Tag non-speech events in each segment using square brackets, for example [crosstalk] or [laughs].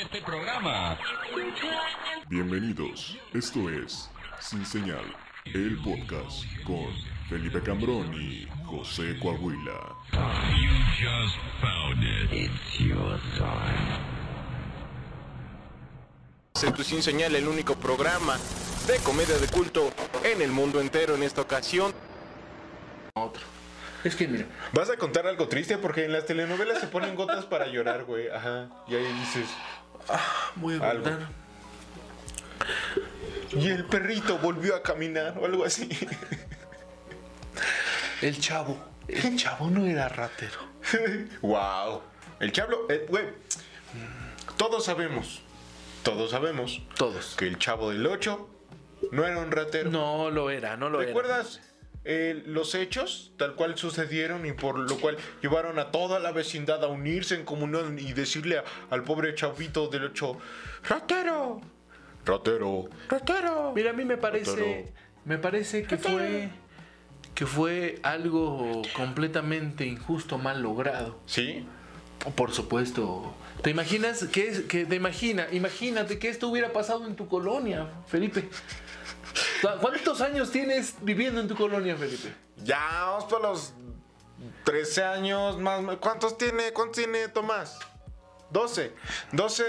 este programa. Bienvenidos, esto es Sin Señal, el podcast con Felipe Cambrón y José Coahuila. You just found it. It's your time. En tu Sin Señal, el único programa de comedia de culto en el mundo entero en esta ocasión. Es que mira, Vas a contar algo triste porque en las telenovelas se ponen gotas para llorar, güey. Ajá. Y ahí dices. voy a Algo. contar. Y el perrito volvió a caminar o algo así. [laughs] El chavo. El chavo no era ratero. wow. El Chablo, eh, güey. Todos sabemos. Todos sabemos. Todos. Que el chavo del 8 no era un ratero. No lo era, no lo era. ¿Recuerdas eh, los hechos tal cual sucedieron y por lo cual llevaron a toda la vecindad a unirse en comunión y decirle a- al pobre chavito del 8, ratero, ratero, ratero? Mira, a mí me parece. Pero- Me parece que fue. Que fue algo completamente injusto, mal logrado. ¿Sí? Por supuesto. ¿Te imaginas que es, que te imagina, imagínate que esto hubiera pasado en tu colonia, Felipe? ¿Cu- ¿Cuántos años tienes viviendo en tu colonia, Felipe? Ya, vamos por los 13 años más. más- ¿Cuántos tiene, cuántos tiene Tomás? 12. 12,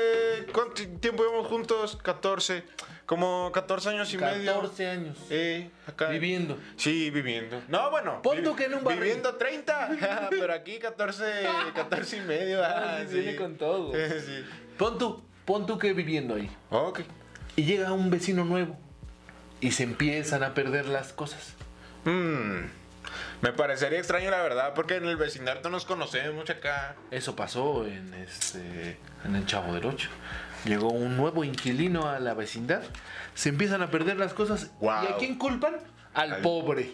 ¿cuánto tiempo llevamos juntos? 14. Como 14 años y medio. 14 años. Eh, acá. Viviendo. Sí, viviendo. No, bueno. Pon tú vi- que en un barril. Viviendo 30. [laughs] pero aquí 14, 14 y medio. Ah, ah, sí, viene con todo. [laughs] sí. Pon tú, pon tú que viviendo ahí. Ok. Y llega un vecino nuevo. Y se empiezan a perder las cosas. Mm, Me parecería extraño la verdad, porque en el vecindario no nos conocemos acá. Eso pasó en, este, en el Chavo del Ocho. Llegó un nuevo inquilino a la vecindad. Se empiezan a perder las cosas. Guau. ¿Y a quién culpan? Al, Al- pobre.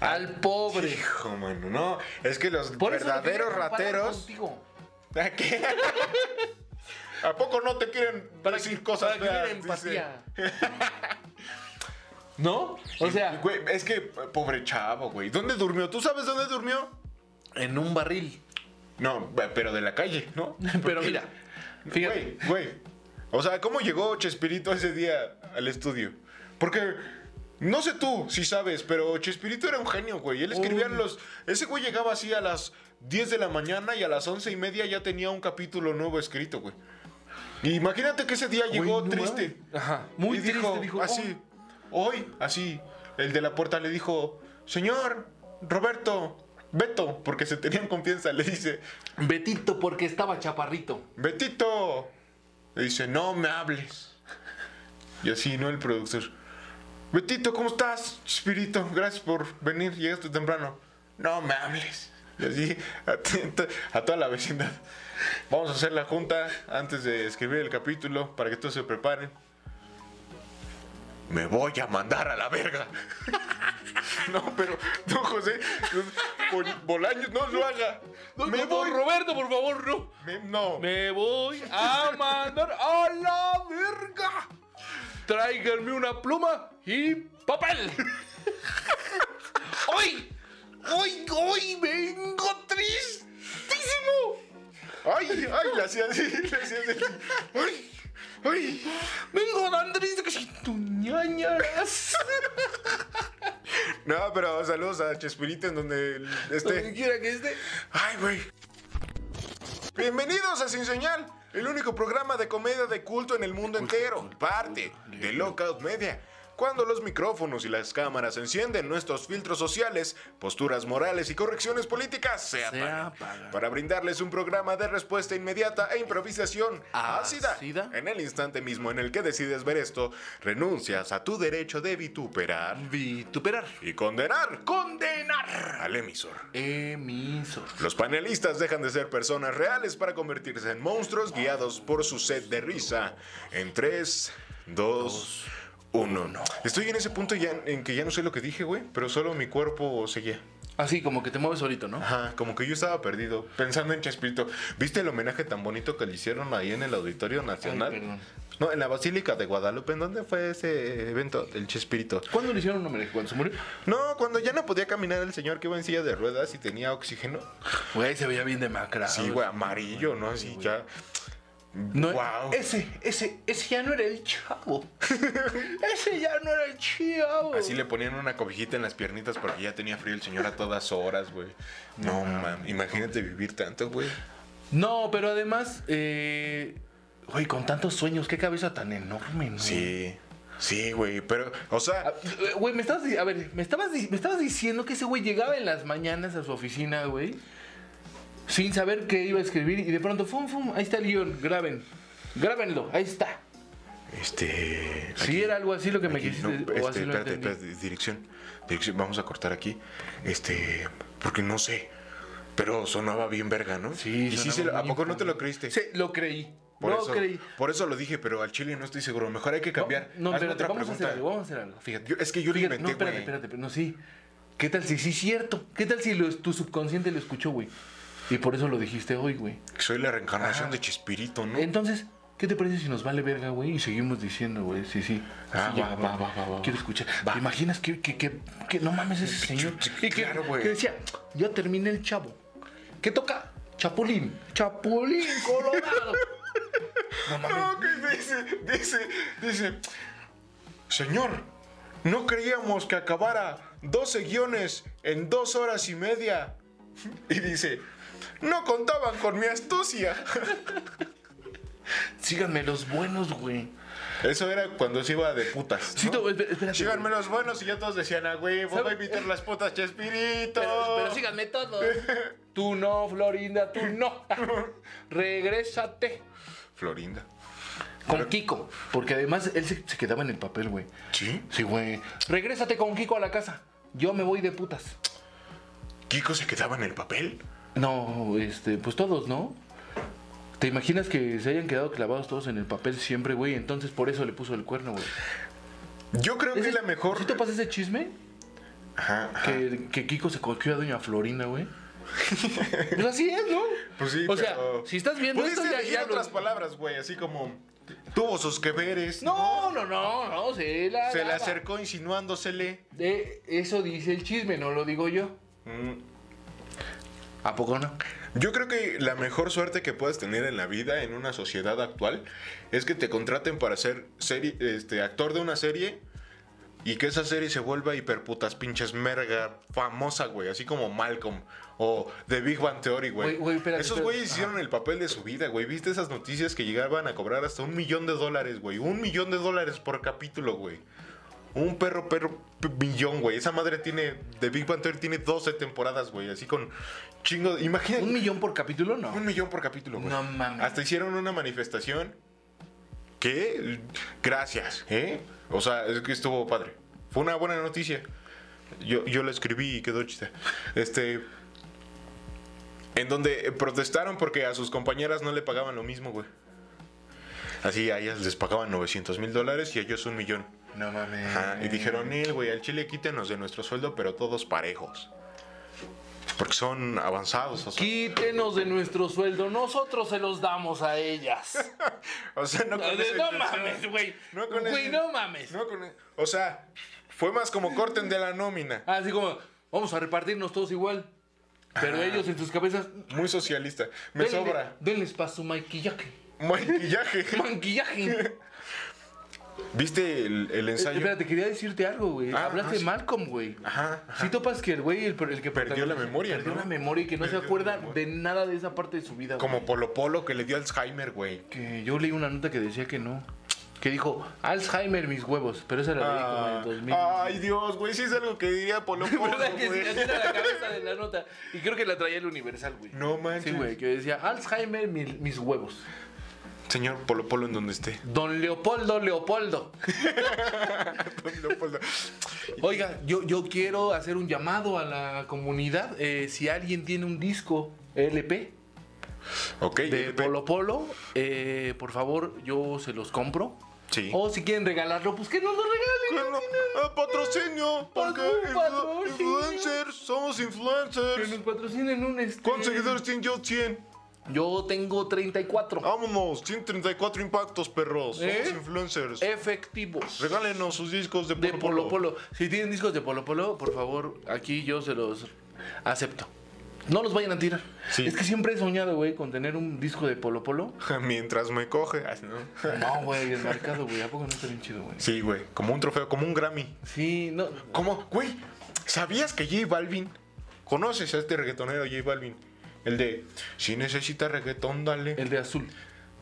Al pobre. Hijo, mano, no. Es que los Por eso no verdaderos quieren comparar rateros. contigo. ¿A qué? ¿A poco no te quieren Para decir que- para cosas que hubiera feas? Dice. empatía. [laughs] ¿No? O sea, Güey, es que, pobre chavo, güey. ¿Dónde durmió? ¿Tú sabes dónde durmió? en un barril. No, pero de la calle, ¿no? [laughs] Pero mira, fíjate. Güey, güey. O sea, ¿cómo llegó Chespirito ese día al estudio? Porque no sé tú si sabes, pero Chespirito era un genio, güey. Él escribía Uy. los. Ese güey llegaba así a las 10 de la mañana y a las 11 y media ya tenía un capítulo nuevo escrito, güey. Imagínate que ese día llegó no triste. mames. Ajá, muy Y dijo, triste, dijo, así, hoy, así. El de la puerta le dijo, señor, Roberto, Beto, porque se tenían confianza, le dice, "Oh, Betito porque estaba chaparrito. Betito. Le dice, no me hables. Y así, ¿no? El productor. Betito, ¿cómo estás? Espirito, gracias por venir. Llegaste temprano. No me hables. Y así, a, t- t- a toda la vecindad. Vamos a hacer la junta antes de escribir el capítulo para que todos se preparen. Me voy a mandar a la verga. [laughs] No, pero, no, José, Bol- Bolaños, no lo haga. me voy, Roberto, por favor, no. Me- no. Me voy a mandar a la verga. Tráiganme una pluma y [laughs] papel. ¡Hoy! ¡Hoy, hoy vengo tristísimo! Ay, ay, le hacía así, [laughs] le hacía así. Ay, ay. Vengo tan triste que si tu ñañaras. No, pero saludos a Chespirito en donde Donde esté. quiera que esté. Ay, güey. Bienvenidos a Sin Señal, el único programa de comedia de culto en el mundo entero, parte de Lockout Media. Cuando los micrófonos y las cámaras se encienden, nuestros filtros sociales, posturas morales y correcciones políticas se apagan. apagan. Para brindarles un programa de respuesta inmediata e improvisación ácida. Ácida. En el instante mismo en el que decides ver esto, renuncias a tu derecho de vituperar Vituperar. y condenar, condenar al emisor. Emisor. Los panelistas dejan de ser personas reales para convertirse en monstruos guiados por su sed de risa. En 3, 2, 1. Estoy en ese punto ya en que ya no sé lo que dije, güey, pero solo mi cuerpo seguía. Así como que te mueves solito, ¿no? Ajá, como que yo estaba perdido, pensando en Chespirito. ¿Viste el homenaje tan bonito que le hicieron ahí en el Auditorio Nacional? Ay, perdón. no, en la Basílica de Guadalupe. ¿En dónde fue ese evento? El Chespirito. ¿Cuándo le hicieron un homenaje? ¿Cuándo se murió? No, cuando ya no podía caminar el señor que iba en silla de ruedas y tenía oxígeno. Ah, Güey, se veía bien demacrado. Sí, güey, amarillo, ¿no? Así ya. No, Guau. ese, ese, ese ya no era el [laughs] chavo. ese ya no era el chavo. Así le ponían una cobijita en las piernitas porque ya tenía frío el señor a todas horas, güey. No, mames, imagínate vivir tanto, güey. No, pero además, eh, güey, con tantos sueños, qué cabeza tan enorme, ¿no? Sí, sí, güey, pero, o Ah, sea, eh, Güey, me estabas, di- a ver, me estabas, di- me estabas diciendo que ese güey llegaba en las mañanas a su oficina, güey, sin saber qué iba a escribir y de pronto, fum, fum, ahí está el guión, graben, grábenlo, ahí está. este... Si Ah, era algo así lo que me aquí, no, quisiste, este, o así lo espérate, entendí. espérate, dirección, dirección, vamos a cortar aquí, este, porque no sé, pero sonaba bien verga, ¿no? Sí, y sí, sonaba se lo- ¿a muy poco no te lo imponente. creíste? Sí, lo creí, Por, lo eso, creí. por eso lo dije, pero al chile no estoy seguro. Mejor hay que cambiar. No, Hazme pero otra vamos a pregunta. hacer algo, vamos a hacer algo. Fíjate, yo- es que yo lo Fíjate, inventé, no, espérate, güey. espérate, pero no, sí. ¿Qué tal si sí es cierto? ¿Qué tal si lo- tu subconsciente lo escuchó, güey? Y por eso lo dijiste hoy, güey. Soy la reencarnación de Chespirito, ¿no? Entonces, ¿qué te parece si nos vale verga, güey? Y seguimos diciendo, güey, sí, sí. Ah, Sí, va, ya, va, güey. va, va, va. Quiero escuchar. ¿Te imaginas que, que, que, que no mames ese señor? sí, Y que, claro, güey. que decía, yo terminé el chavo. ¿Qué toca? Chapulín. Chapulín, colorado. no mames. No, que dice, dice, dice, señor, no creíamos que acabara 12 guiones en dos horas y media. [laughs] Y dice, no contaban con mi astucia. [laughs] [laughs] Síganme los buenos, güey. Eso era cuando se iba de putas. Sí, ¿no? tú, espera- espérate. Síganme los buenos y ya todos decían, ah, güey, voy a invitar las putas, Chespirito. Pero, pero síganme todos. [laughs] Tú no, Florinda, tú no. [laughs] Regrésate. [laughs] Florinda. Con Kiko. Porque además él se, se quedaba en el papel, güey. ¿Sí? Sí, güey. Regrésate con Kiko a la casa. Yo me voy de putas. ¿Kiko se quedaba en el papel? No, este, pues todos, ¿no? ¿Te imaginas que se hayan quedado clavados todos en el papel siempre, güey? Entonces por eso le puso el cuerno, güey. Yo creo que Ese- la mejor... Ah. ¿Sí te pasa ese chisme? Ajá, ajá. Que, que Kiko se cogió a Doña Florinda, [laughs] güey. pues así es, ¿no? Pues sí, O sea, pero- Pues si estás viendo Pudiste esto, ya, elegir ya lo- otras palabras, güey, así como tuvo sus que veres. No, no, no, no, se la. Se le daba. acercó insinuándosele. De- eso dice el chisme, no lo digo yo. Mm. ¿A poco no? Yo creo que la mejor suerte que puedes tener en la vida en una sociedad actual es que te contraten para ser serie- este, actor de una serie y que esa serie se vuelva hiperputas pinches merga famosa, güey, así como Malcolm o The Big Bang Theory, güey. Güey, güey, espérate, Esos espérate. güeyes hicieron el papel de su vida, güey. ¿Viste esas noticias que llegaban a cobrar hasta un millón de dólares, güey? Un millón de dólares por capítulo, güey. Un perro, perro, p- millón, güey. Esa madre tiene. The Big Bang Theory tiene 12 temporadas, güey. Así con chingo. Imagínate. ¿Un millón por capítulo? No. Un millón por capítulo, güey. No mames. Hasta hicieron una manifestación. ¿Qué? Gracias, ¿eh? O sea, es que estuvo padre. Fue una buena noticia. Yo, yo la escribí y quedó chiste. Este. En donde eh, protestaron porque a sus compañeras no le pagaban lo mismo, güey. Así a ellas les pagaban 900 mil dólares y a ellos un millón. No mames. Ajá, y dijeron, él, güey, al chile quítenos de nuestro sueldo, pero todos parejos. Porque son avanzados. O sea, Quítenos de nuestro sueldo, nosotros se los damos a [laughs] ellas. O sea, no con No, esa no intención. mames, güey. No con Güey, esa- no mames. No con e- O sea, fue más como corten de la nómina. Así como, vamos a repartirnos todos igual. Pero ellos en sus cabezas. Muy socialista. Me denle- sobra. Denles para su [laughs] maquillaje. [laughs] Maquillaje. Maquillaje. ¿Viste el, el ensayo? Espérate, quería decirte algo, güey. Ah, Hablaste ah, de sí. Malcolm, güey. Ajá, ajá. Si topas que el güey, el, el que Perdió la protagoniza- memoria, Perdió ¿no? la memoria y que no Perdió se la acuerda de memoria. nada de esa parte de su vida. güey. Como Polo Polo que le dio Alzheimer, güey. Que yo leí una nota que decía que no. Que dijo, Alzheimer, mis huevos. Pero esa la leí como en Ah, el 2000. ay, Dios, güey, sí es algo que diría Polo [laughs] Polo. ¿Verdad que sí? güey. Así era la cabeza de la nota. Y creo que la traía el Universal, güey. No manches. Sí, güey, que decía Alzheimer, mi- mis huevos. Señor Polo Polo, en [laughs] donde esté. Don Leopoldo, Leopoldo. Polo Polo. Oiga, yo, yo quiero hacer un llamado a la comunidad. Eh, si alguien tiene un disco LP Ok, de LP. Polo Polo, eh, por favor, yo se los compro. Sí. O si quieren regalarlo, pues que nos lo regalen. Bueno, eh, patrocinio, porque Patrón, influ- patrón, sí. influencers, somos Que influencers. nos patrocinen un este... ¿Cuántos seguidores Ah, tiene yo? 100. Yo tengo 34. Vámonos, 134 impactos, perros. Somos ¿Eh? influencers. Efectivos. Regálenos sus discos de pues. Polo De Polo Polo. Si tienen discos de Polo Polo, por favor, aquí yo se los acepto. No los vayan a tirar. Sí. Es que siempre he soñado, güey, con tener un disco de Polo Polo. Mientras me coge. Ah, ¿no? No, güey, desmarcado, güey. ¿A poco no está bien chido, güey? Sí, güey. Como un trofeo, como un Grammy. Sí, no. ¿Cómo? Güey, ¿sabías que J Balvin? ¿Conoces a este reggaetonero J Balvin? El de, si necesita reggaetón, dale. El de azul.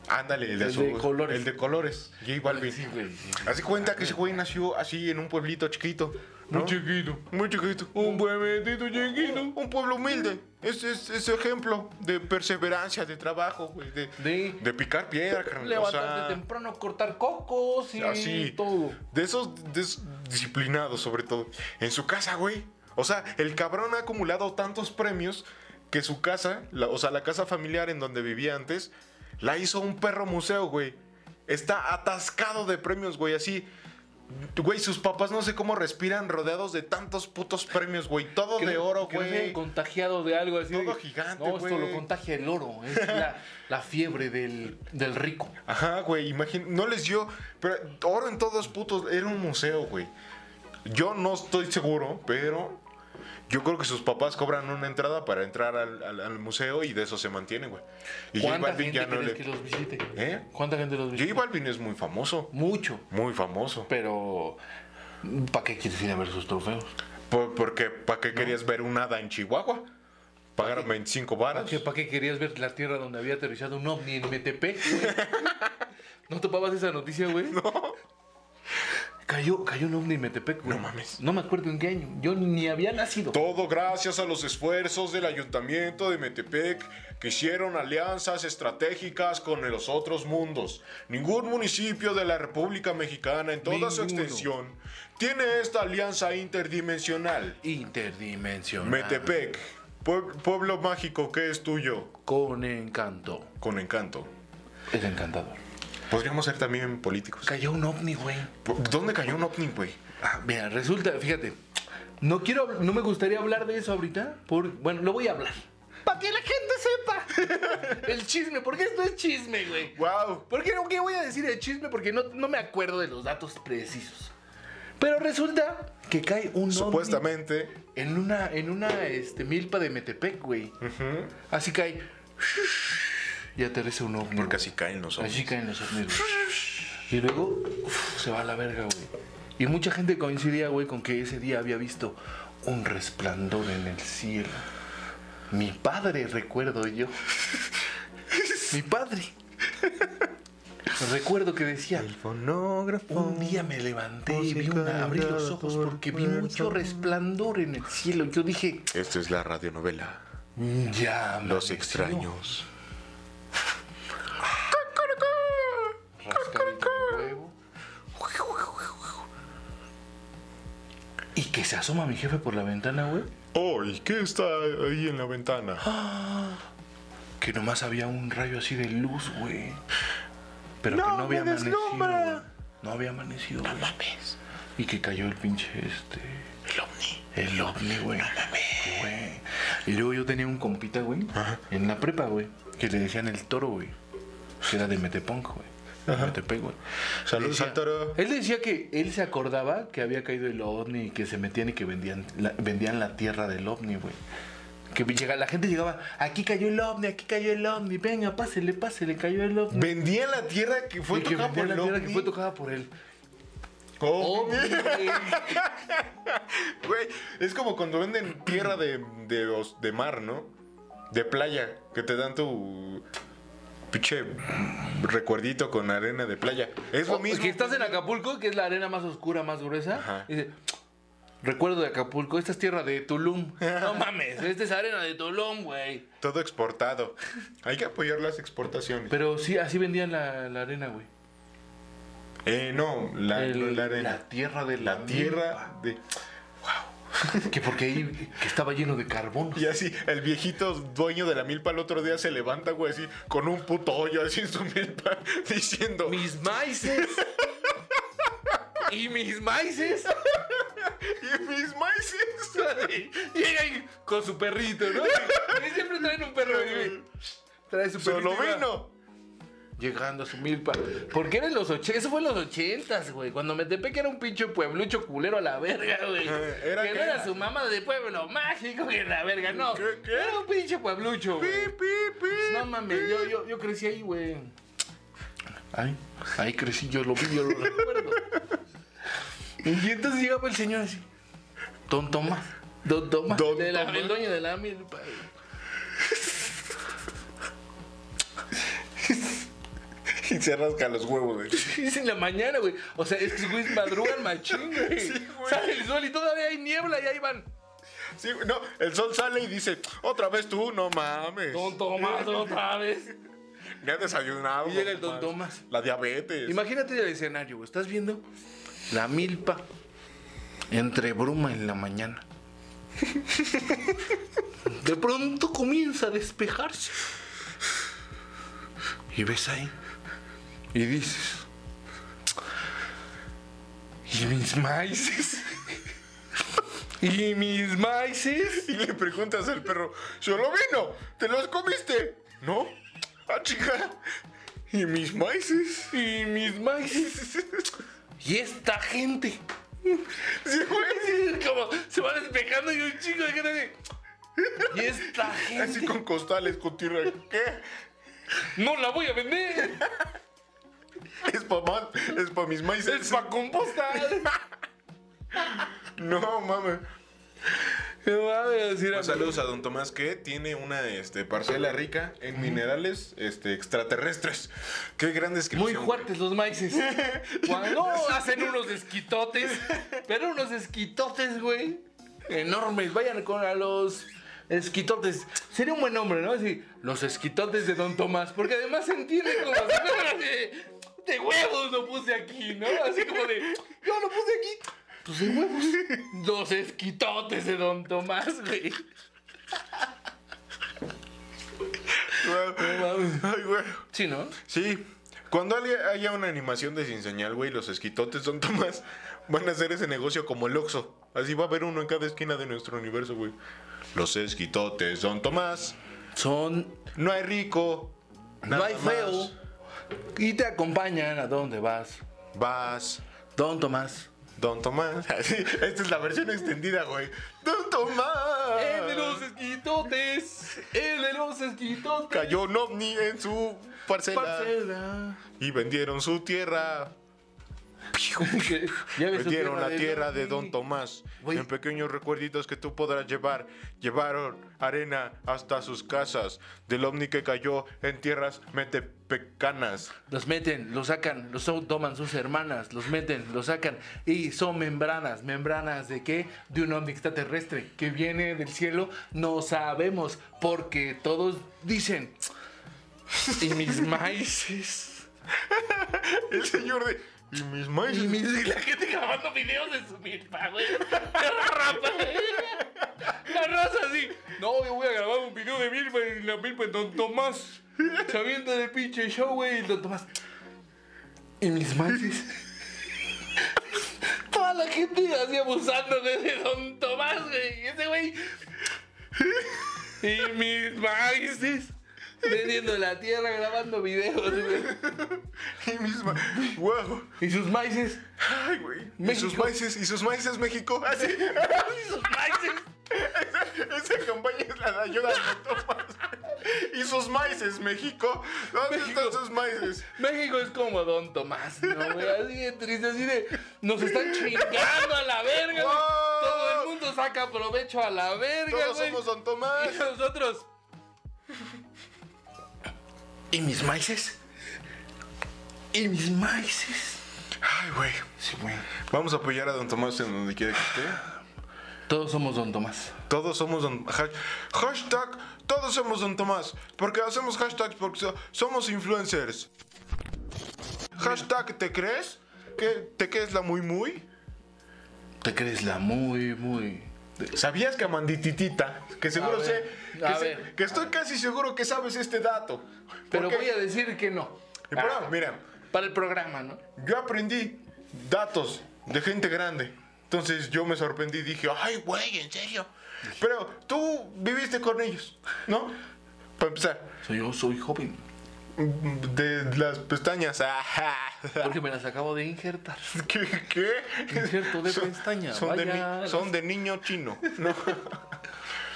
Ándale, el de el azul, de güey. colores. Ah, El de colores, J Balvin. Sí, güey. sí. Haz de cuenta que ese güey nació así en un pueblito chiquito. ¿no? Muy chiquito. Muy chiquito. Un pueblito chiquito. Un pueblo humilde. Es, es, es ejemplo de perseverancia, de trabajo, güey. De, De- de picar piedra, carnal. o sea, Levantarte temprano, cortar cocos y así. todo. De esos, de esos disciplinados, sobre todo. En su casa, güey. O sea, el cabrón ha acumulado tantos premios que su casa, la- o sea, la casa familiar en donde vivía antes, la hizo un perro museo, güey. Está atascado de premios, güey. Así. Güey, sus papás no sé cómo respiran rodeados de tantos putos premios, güey. Todo Que de no- oro, que no se hayan güey. contagiado de algo así. Todo de- gigante, No, esto güey. lo contagia el oro. [laughs] Es la, la fiebre del, del rico. Ajá, güey, imagínate, no les dio, pero oro en todos putos, era un museo, güey. Yo no estoy seguro, pero yo creo que sus papás cobran una entrada para entrar al, al- al museo y de eso se mantiene, güey. Y J ¿Cuánta Balvin gente ya no crees le... que los visite? ¿Eh? ¿Cuánta gente los J visite? Balvin es muy famoso, Mucho. muy famoso. Pero, ¿para qué quieres ir a ver sus trofeos? Por- porque, ¿para qué querías ver un hada en Chihuahua? Pagaron 25 varas. ¿Para qué querías ver la tierra donde había aterrizado un ovni en Metepec? güey? ¿No topabas esa noticia, güey? No. Cayó, cayó un ovni en Metepec, güey. No mames. No me acuerdo en qué año. Yo ni había nacido. Todo gracias a los esfuerzos del ayuntamiento de Metepec que hicieron alianzas estratégicas con los otros mundos. Ningún municipio de la República Mexicana en toda su Ninguno. extensión tiene esta alianza interdimensional. Interdimensional. Metepec, pue- pueblo mágico que es tuyo, Con encanto. con encanto. Es encantador. Podríamos ser también políticos. Cayó un ovni, güey. ¿Por- ¿Dónde cayó un ovni, güey? Ah, mira, resulta, fíjate. No quiero, habl- no me gustaría hablar de eso ahorita. Por, bueno, lo voy a hablar. Para que la gente sepa [laughs] el chisme, porque esto es chisme, güey. ¡Wow! ¿Por qué no qué voy a decir el chisme? Porque no, no me acuerdo de los datos precisos. Pero resulta que cae un ovni Supuestamente, en una, en una este, milpa de Metepec, güey. Así cae. Y aterriza un ovni. güey. porque así caen los Así ovnis. caen los ovnis, güey. Y luego uf, se va a la verga, güey. Y mucha gente coincidía, güey, con que ese día había visto un resplandor en el cielo. Mi padre, recuerdo [laughs] yo. Mi padre. Recuerdo que decía, fonógrafo. un día me levanté y vi una, abrí los ojos porque vi mucho resplandor en el cielo. Yo dije, Esta es la radionovela. "Mm, ya, Los amaneció". extraños. Rascadito de huevo. Y que se asoma mi jefe por la ventana, güey. Hoy, ¿qué está ahí en la [gasps] ventana? Que nomás había un rayo así de luz, güey. Pero que No, no había me amanecido. deslumbra. güey. No había amanecido, güey. Y que cayó el pinche este. El ovni. El ovni, güey. Güey. Y luego yo tenía un compita, güey. En la prepa, güey. Que le decían el toro, güey. Que era de Metepunk, güey. de Metepec, güey. Saludos Decía- al toro. Él decía que él se acordaba que había caído el ovni y que se metían y que vendían la, vendían la tierra del ovni, güey. Que llega, la gente llegaba, aquí cayó el ovni, aquí cayó el ovni, venga, pásele, pásele, cayó el ovni. Vendía la tierra que fue Y que tocada vendían por la el tierra que ovni. fue tocada por [laughs] él. Oh, Ovni, güey. güey, es como cuando venden tierra de, de, os- de mar, ¿no? De playa, que te dan tu pinche recuerdito con arena de playa. Es lo O- mismo. Que estás en Acapulco, que es la arena más oscura, más gruesa. Ajá. y dice, Recuerdo de Acapulco, esta es tierra de [laughs] Tulum. No mames, esta es arena de Tulum, güey. Todo exportado. Hay que apoyar las exportaciones. Pero sí, así vendían la, la arena, güey. eh, no, la, El- la arena. la tierra de la, La tierra de... milpa. [laughs] Que porque ahí que estaba lleno de carbón. [laughs] Y así, el viejito dueño de la milpa el otro día se levanta, güey, así, con un puto hoyo así en su milpa, [laughs] diciendo, Mis maices. y mis maices. ¿y mis maices? Llega ahí con su perrito, ¿no? Que siempre traen un perro. güey. Trae su perrito. Solo y va, vino. llegando a su milpa. Porque era en los ochentas, eso fue en los ochentas, güey. Cuando Metepec era un pinche pueblucho culero a la verga, güey. Eh, ¿era que no qué? era su mamá de pueblo mágico que la verga, no. ¿Qué, qué? Era un pinche pueblucho, güey. Pi, pi, pi. No mames, yo, yo, yo crecí ahí, güey. Ahí, ahí crecí, yo lo vi, yo lo recuerdo. Y entonces llegaba el señor así. Don Tomás. Don Tomás. Don de la- Tomás. El dueño de la milpa. Y se rasca los huevos, güey. Es en la mañana, güey. O sea, es que güey madrugan machín, güey. Sí, güey. Sale el sol y todavía hay niebla y ahí van. Sí, güey, no, el sol sale y dice, otra vez tú, no mames. Don [laughs] Tomás otra vez. Me has desayunado. Y llega no el Don mames. Tomás. La diabetes. Imagínate el escenario, güey. Estás viendo la milpa entre bruma en la mañana. De pronto comienza a despejarse. Y ves ahí. Y dices. Y mis maíces. Y mis maíces. Y le preguntas al perro, solo vino, ¿te los comiste? ¿No? Ah, chica. ¿Y mis maíces? Y mis maíces. Y esta gente. [laughs] Sí, güey. Como se va despejando y un chico de gente. así, Y esta Así gente. con costales, con tierra. ¿Qué? No la voy a vender. Es pa' man- es pa' mis maíces. Es para compostar. [laughs] No, mames. [laughs] No mames, así era. Un saludos a don Tomás que tiene una este, parcela rica en minerales este, extraterrestres. Qué gran Muy descripción. fuertes los [laughs] maíces. Cuando hacen unos esquitotes. Pero unos esquitotes, güey. Enormes. Vayan con a los esquitotes. Sería un buen nombre, ¿no? Así, los esquitotes de Don Tomás. Porque además se entiende como si- de, de huevos lo puse aquí, ¿no? Así como de. Yo lo puse aquí. Pues de huevos. Los esquitotes de Don Tomás, güey. güey. Ay, güey. Sí, ¿no? Sí. Cuando alguien- haya una animación de Sin Señal, güey, los esquitotes Don Tomás van a hacer ese negocio como el Oxxo. Así va a haber uno en cada esquina de nuestro universo, güey. Los esquitotes Don Tomás. Son No hay rico. no nada hay más. feo. Y te acompañan a donde vas. Vas. Don Tomás. Don Tomás. [laughs] Así, Esta es la versión extendida, güey. Don Tomás. El de los esquitotes. El de los esquitotes. Cayó un ovni en su parcela, [laughs] Parcela. y vendieron su tierra. Ya ves tu Vendieron la de tierra Loki. de Don Tomás. Güey. En pequeños recuerditos que tú podrás llevar. Llevaron arena hasta sus casas. Del ovni que cayó en tierras metepecanas. [laughs] Los meten, los sacan, los toman sus hermanas, los meten, los sacan. Y son membranas. ¿Membranas de qué? De un ovni extraterrestre que viene del cielo. No sabemos, porque todos dicen. Y mis [laughs] maíces. El señor de. Y mis Y, maíces. mis- y la gente grabando videos de su milpa, güey. La rapa. La raza así. No, yo voy a grabar un video de milpa en la milpa en Don Tomás. Sabiendo del pinche show, güey. y Don Tomás. Y mis manches. Toda la gente así abusando de ese Don Tomás, güey. Y ese güey. Y mis maíces. Vendiendo la tierra, grabando videos, güey. Y mis ma- [laughs] Guau. Y sus maíces. Ay, güey. Y México. sus maíces. Y sus maíces, México. [laughs] Así. Y sus maíces. Esa, esa campaña es la de ayuda a Don Tomás. Y sus maíces, México. ¿Dónde están sus maíces? México es como Don Tomás, ¿no, güey? Así de triste, así de. Nos están chingando a la verga, güey. Wow. Todo el mundo saca provecho a la verga, Todos güey. somos Don Tomás. Y nosotros. ¿Y mis maíces? ¿Y mis maíces? Ay, güey. Sí, güey. Vamos a apoyar a Don Tomás en donde quiera que esté. Todos somos Don Tomás. Todos somos Don... hash- Hashtag, todos somos Don Tomás. Porque hacemos hashtags porque so- somos influencers. Hashtag, ¿te crees? ¿Qué, ¿Te crees la muy muy? ¿Te crees la muy, muy. ¿Sabías que Amandititita? Que seguro ver, sé... Que, a sé- ver. que estoy casi seguro que sabes este dato. Pero Porque- voy a decir que no. Ah, Y bueno, mira, Para el programa, ¿no? yo aprendí datos de gente grande. Entonces yo me sorprendí y dije, ay, güey, en serio. Pero tú viviste con ellos, ¿no? Para empezar. Yo soy joven. de las pestañas. Ajá. [laughs] Porque me las acabo de injertar. ¿Qué? qué? Injerto de pestaña, Son, de, vaya. ni- son de niño chino. No.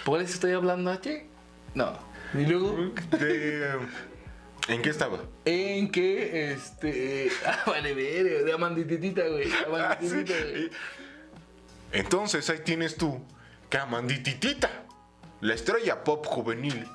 ¿Por eso estoy hablando H? No. Y luego, De- ¿En qué estaba? en que este. [laughs] Ah, vale, ver, de amandititita, güey. Ah, sí. Amandititita, güey. Entonces ahí tienes tú, Camandititita, la estrella pop juvenil,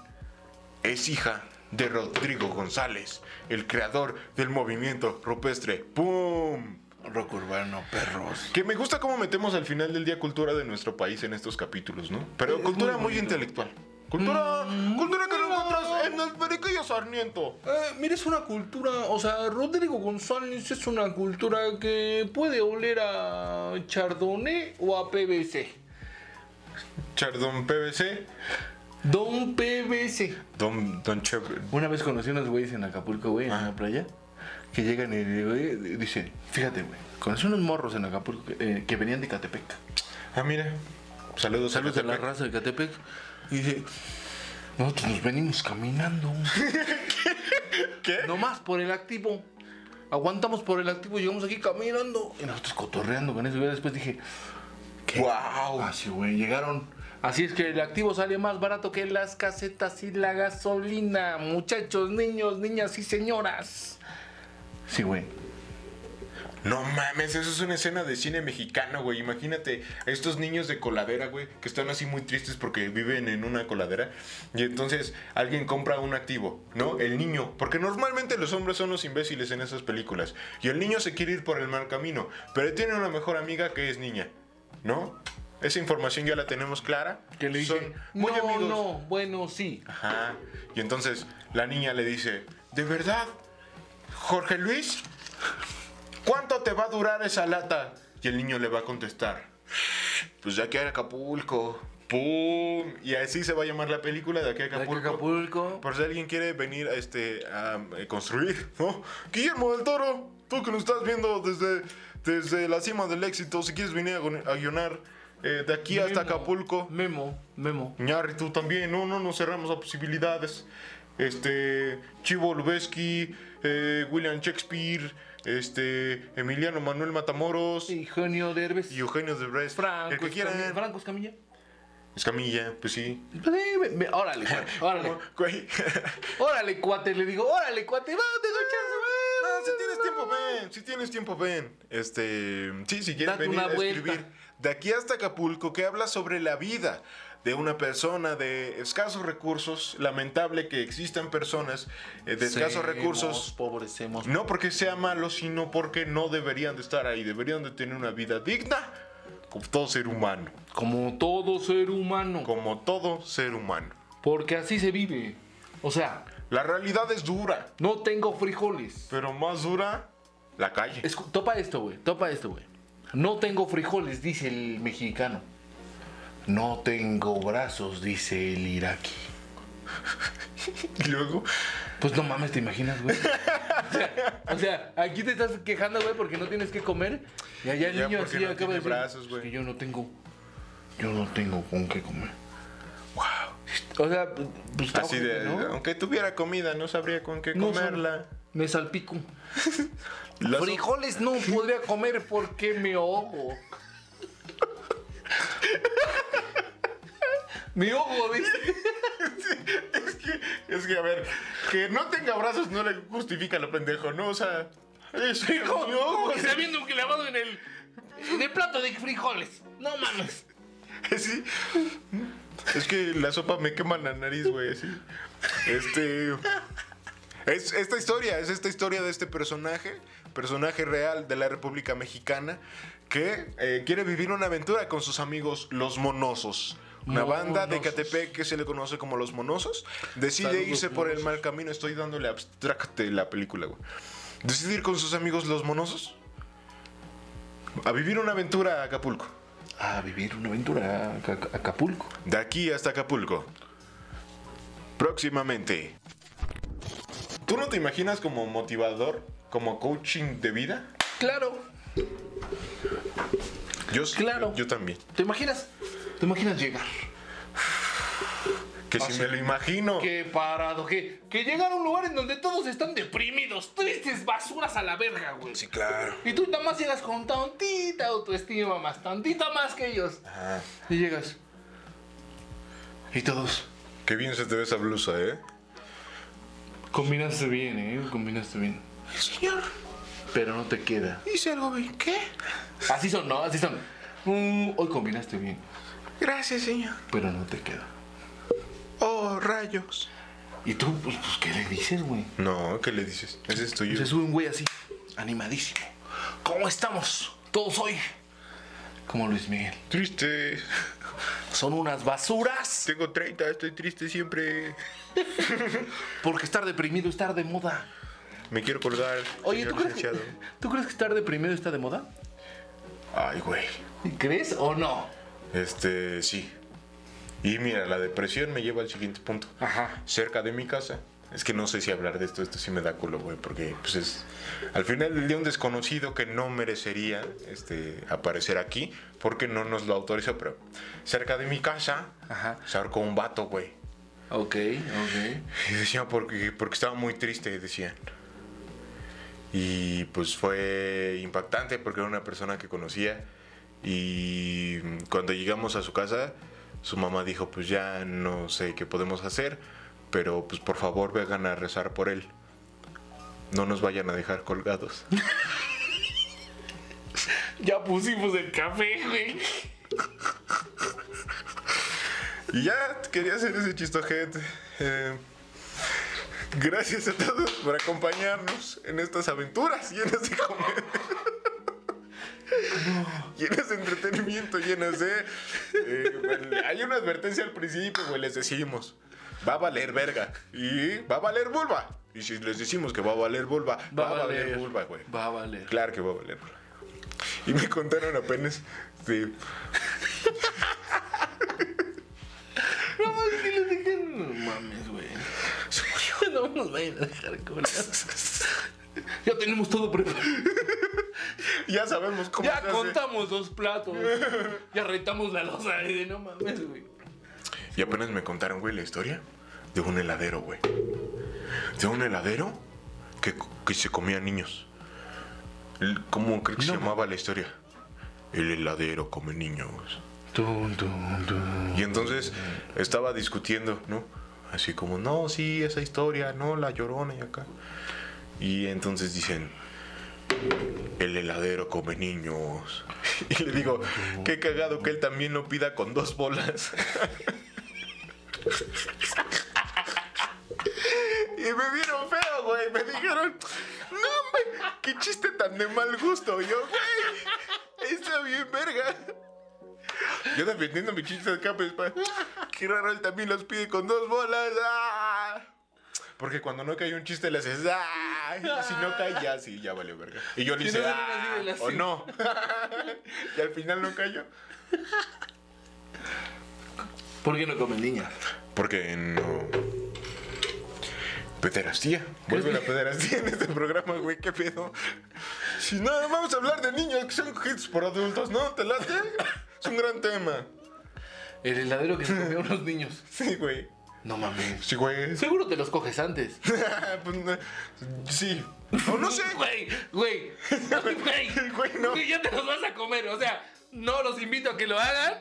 es hija de Rodrigo González, el creador del movimiento rupestre. ¡Pum! Rock urbano, perros. Que me gusta cómo metemos al final del día cultura de nuestro país en estos capítulos, ¿no? Pero cultura muy, intelectual. Cultura, Mm. cultura que no encuentras en el periquillo Sarmiento. Eh, mira, es una cultura, o sea, Rodrigo González es una cultura que puede oler a Chardonnay o a PVC. Chardón PVC, Don PVC. Don, don Chevre- Una vez conocí unos güeyes en Acapulco, güey, en la playa, que llegan y digo, eh, dicen, fíjate, güey, conocí unos morros en Acapulco eh, que venían de Catepec. Ah, mira. Saludos, Saludos saludos. a la raza de Catepec. Y dice, nosotros nos venimos caminando. [laughs] ¿Qué? Nomás por el activo. Aguantamos por el activo, llegamos aquí caminando. Y nosotros cotorreando con eso. Y después dije, ¡Wow! así, güey, llegaron. Así es que el activo sale más barato que las casetas y la gasolina. Muchachos, niños, niñas y señoras. Sí, güey. No mames, eso es una escena de cine mexicano, güey. Imagínate a estos niños de coladera, güey, que están así muy tristes porque viven en una coladera. Y entonces alguien compra un activo, ¿no? El niño. Porque normalmente los hombres son los imbéciles en esas películas. Y el niño se quiere ir por el mal camino. Pero tiene una mejor amiga que es niña, ¿no? Esa información ya la tenemos clara. Que le Son dije, muy no, amigos. no, bueno, sí. Ajá. Y entonces la niña le dice, ¿de verdad, Jorge Luis? ¿Cuánto te va a durar esa lata? Y el niño le va a contestar, pues ya que hay Acapulco. ¡Pum! Y así se va a llamar la película de aquí a Acapulco. Acapulco. Por si alguien quiere venir a, este, a eh, construir, ¿no? Guillermo del Toro, tú que nos estás viendo desde, desde la cima del éxito, si quieres venir a gu- a guionar eh, de aquí hasta Memo, Acapulco. Memo, Memo. Ñarri, tú también, no, no nos cerramos a posibilidades. Este, Chivo Lubeski, eh, William Shakespeare, este, Emiliano Manuel Matamoros Y Genio Derbez. y Eugenio de Bres. Franco. el que Escamilla. quieran. Franco Escamilla. Escamilla, pues sí. Pues, eh, me- me- órale, cuate, [laughs] órale. No, güey. Órale, cuate, le digo, órale, cuate, va, tengo chance, va, va, No, Ah, si va, tienes va, tiempo, va. ven. Si tienes tiempo, ven. Este, sí, si quieres Date venir una a vuelta. escribir. De aquí hasta Acapulco, que habla sobre la vida de una persona de escasos recursos. Lamentable que existan personas eh, de escasos Semos, recursos Pobrecemos. No porque sea malo, sino porque no deberían de estar ahí. Deberían de tener una vida digna como todo ser humano. Como todo ser humano. Como todo ser humano. Porque así se vive. O sea, La realidad es dura, no tengo frijoles. pero más dura la calle. Escu- topa esto, güey. Topa esto, güey. No tengo frijoles, dice el mexicano. No tengo brazos, dice el iraquí. [laughs] Y luego, Pues no mames, ¿te imaginas, güey? O sea, o sea, aquí te estás quejando, güey, porque no tienes que comer. Y allá el Ya, niño porque así no acaba de decir, tiene brazos, "Es güey". que yo no tengo. Yo no tengo con qué comer. Wow. O sea, pues está así ojete, de, ¿no? aunque tuviera comida, no sabría con qué No, comerla. Me salpico. Las- Frijoles no podría comer porque me ahogo. me ahogo, dice. Es que, [laughs] es que, a ver, que no tenga brazos no le justifica lo pendejo, ¿no? O sea, es que Hijo, no, que está viendo un clavado en el. De plato de frijoles. No mames. [laughs] Sí. Es que la sopa me quema la nariz, güey. sí. Este. Es esta historia, es esta historia de este personaje, personaje real de la República Mexicana, que eh, quiere vivir una aventura con sus amigos los monosos. Una banda de Monosos. Catepec que se le conoce como los monosos. Decide Saludos, irse por el monosos. mal camino. Estoy dándole abstracte la película, güey. Decide ir con sus amigos los monosos a vivir una aventura a Acapulco. A vivir una aventura a Aca- Acapulco. De aquí hasta Acapulco. Próximamente. ¿Tú no te imaginas como motivador, como coaching de vida? Claro. Yo sí, Claro. Yo, yo también. ¿Te imaginas? ¿Te imaginas llegar? Que si me lo imagino. Qué parado, que, que llegar a un lugar en donde todos están deprimidos, tristes, basuras a la verga, güey. Sí, claro. Y tú nada más llegas con tantita autoestima más, tantita más que ellos. Y llegas. Y todos. Qué bien se te ve esa blusa, ¿eh? Combinaste bien, eh, combinaste bien. Señor, Pero no te queda. hice algo bien. ¿Qué? Así son, ¿no? Así son. Mm, hoy combinaste bien, Gracias, señor. pero no te queda. Oh, rayos. Y tú, pues, pues, ¿qué le dices, güey? No, ¿qué le dices? Ese es tuyo. Se sube un güey así, animadísimo. ¿Cómo estamos? Todos hoy. Como Luis Miguel. Triste. Son unas basuras. Tengo 30, estoy triste siempre. Porque estar deprimido está de moda. Me quiero colgar. Oye, señor ¿tú crees, que, licenciado. ¿tú crees que estar deprimido está de moda? Ay, güey. ¿Crees o no? Este, sí. Y mira, la depresión me lleva al siguiente punto. Ajá. Cerca de mi casa. Es que no sé si hablar de esto, esto sí me da culo, güey, porque pues es al final del día un desconocido que no merecería este aparecer aquí porque no nos lo autorizó, pero cerca de mi casa Ajá. se ahorcó un vato, güey. Ok, ok. Y decían porque, porque estaba muy triste, decían. Y pues fue impactante porque era una persona que conocía. Y cuando llegamos a su casa, su mamá dijo, pues ya no sé qué podemos hacer, pero pues por favor vengan a rezar por él. No nos vayan a dejar colgados. Ya pusimos el café, güey. Y ya quería hacer ese chistojet. Eh, gracias a todos por acompañarnos en estas aventuras llenas de [laughs] comedia. Llenas de entretenimiento, llenas de. eh, bueno, hay una advertencia al principio, güey. Les decimos: va a valer verga. Y va a valer vulva. Y si les decimos que va a valer vulva, va, a valer, vulva, güey. Va a valer. Claro que va a valer vulva. Y me contaron apenas. Sí. No mames, que lo dejan. No mames, güey. [laughs] No nos vayan a dejar colgados. Ya tenemos todo preparado. Ya sabemos cómo Ya se hace. contamos dos platos. Ya rentamos la losa. Y de, no mames, güey. Y apenas me contaron, güey, la historia de un heladero, güey. De un heladero que, que se comía niños. El- ¿Cómo crees que se llamaba la historia? El heladero come niños. Tum, tum, tum. Y entonces estaba discutiendo, ¿no? Así como, no, sí, esa historia, no, la llorona y acá. Y entonces dicen, el heladero come niños. [laughs] Y le digo, qué cagado que él también lo pida con dos bolas. [laughs] Y me vieron feo, güey. Me dijeron, no, hombre, qué chiste tan de mal gusto. Y yo, güey, está bien, verga. Yo defendiendo mi chiste de capa, es pa- Qué raro, él también los pide con dos bolas. ¡ah! Porque cuando no cae un chiste, le haces, ¡ah! Y si no cae, ya sí, ya valió verga. Y yo le Si hice, no, no, no, ¡ah! sí, le haces. O no. [laughs] Y al final no cayó. ¿Por qué no comen niña? Porque no. Pederastía. Vuelve la pederastía en este programa, güey. ¿Qué pedo? Si no, vamos a hablar de niños que son hits por adultos, ¿no? ¿Te late? Es un gran tema. El heladero que se comió a unos niños. Sí, güey. No mames. Sí, güey. Seguro te los coges antes. [laughs] Pues, no, sí. O no sé, güey. Güey, güey. Güey, [laughs] Güey, no. Güey, ya te los vas a comer. O sea, no los invito a que lo hagan.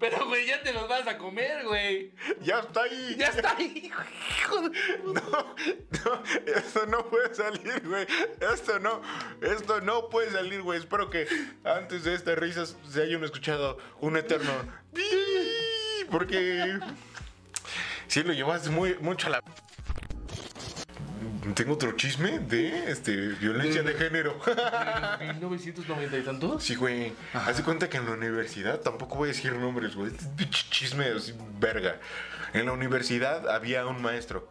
Pero, güey, ya te los vas a comer, güey. Ya está ahí. Ya está ahí, güey. Hijo de- No, no, esto no puede salir, güey. Esto no, esto no puede salir, güey. Espero que antes de estas risas se hayan escuchado un eterno. "Bii", Porque. Sí, lo llevas muy, mucho a la. Tengo otro chisme de este, violencia de género. 1990 y tantos. Sí, güey. Haz de cuenta que en la universidad, tampoco voy a decir nombres, güey. Este pinche Chisme así, verga. En la universidad había un maestro.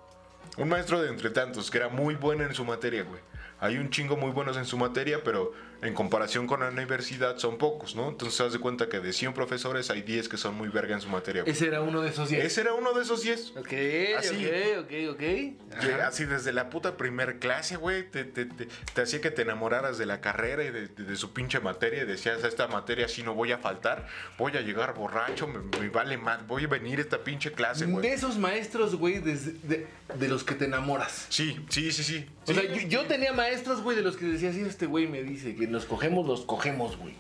Un maestro de entre tantos que era muy bueno en su materia, güey. Hay un chingo muy buenos en su materia, pero en comparación con la universidad son pocos, ¿no? Entonces te das de cuenta que de 100 profesores hay 10 que son muy verga en su materia. güey. Ese era uno de esos 10. Ese era uno de esos 10. Ok, Así. ok, ok, ok. Que Así desde la puta primer clase, güey, te, te- te- te hacía que te enamoraras de la carrera y de, de- de su pinche materia. Y decías, a esta materia sí no voy a faltar, voy a llegar borracho, me, me vale más, voy a venir a esta pinche clase, De güey. esos maestros, güey, desde- de, de los que te enamoras. Sí, sí, sí, sí. O sea, yo, yo tenía maestros, güey, de los que decía, sí, este güey me dice que nos cogemos, los cogemos, [laughs] güey.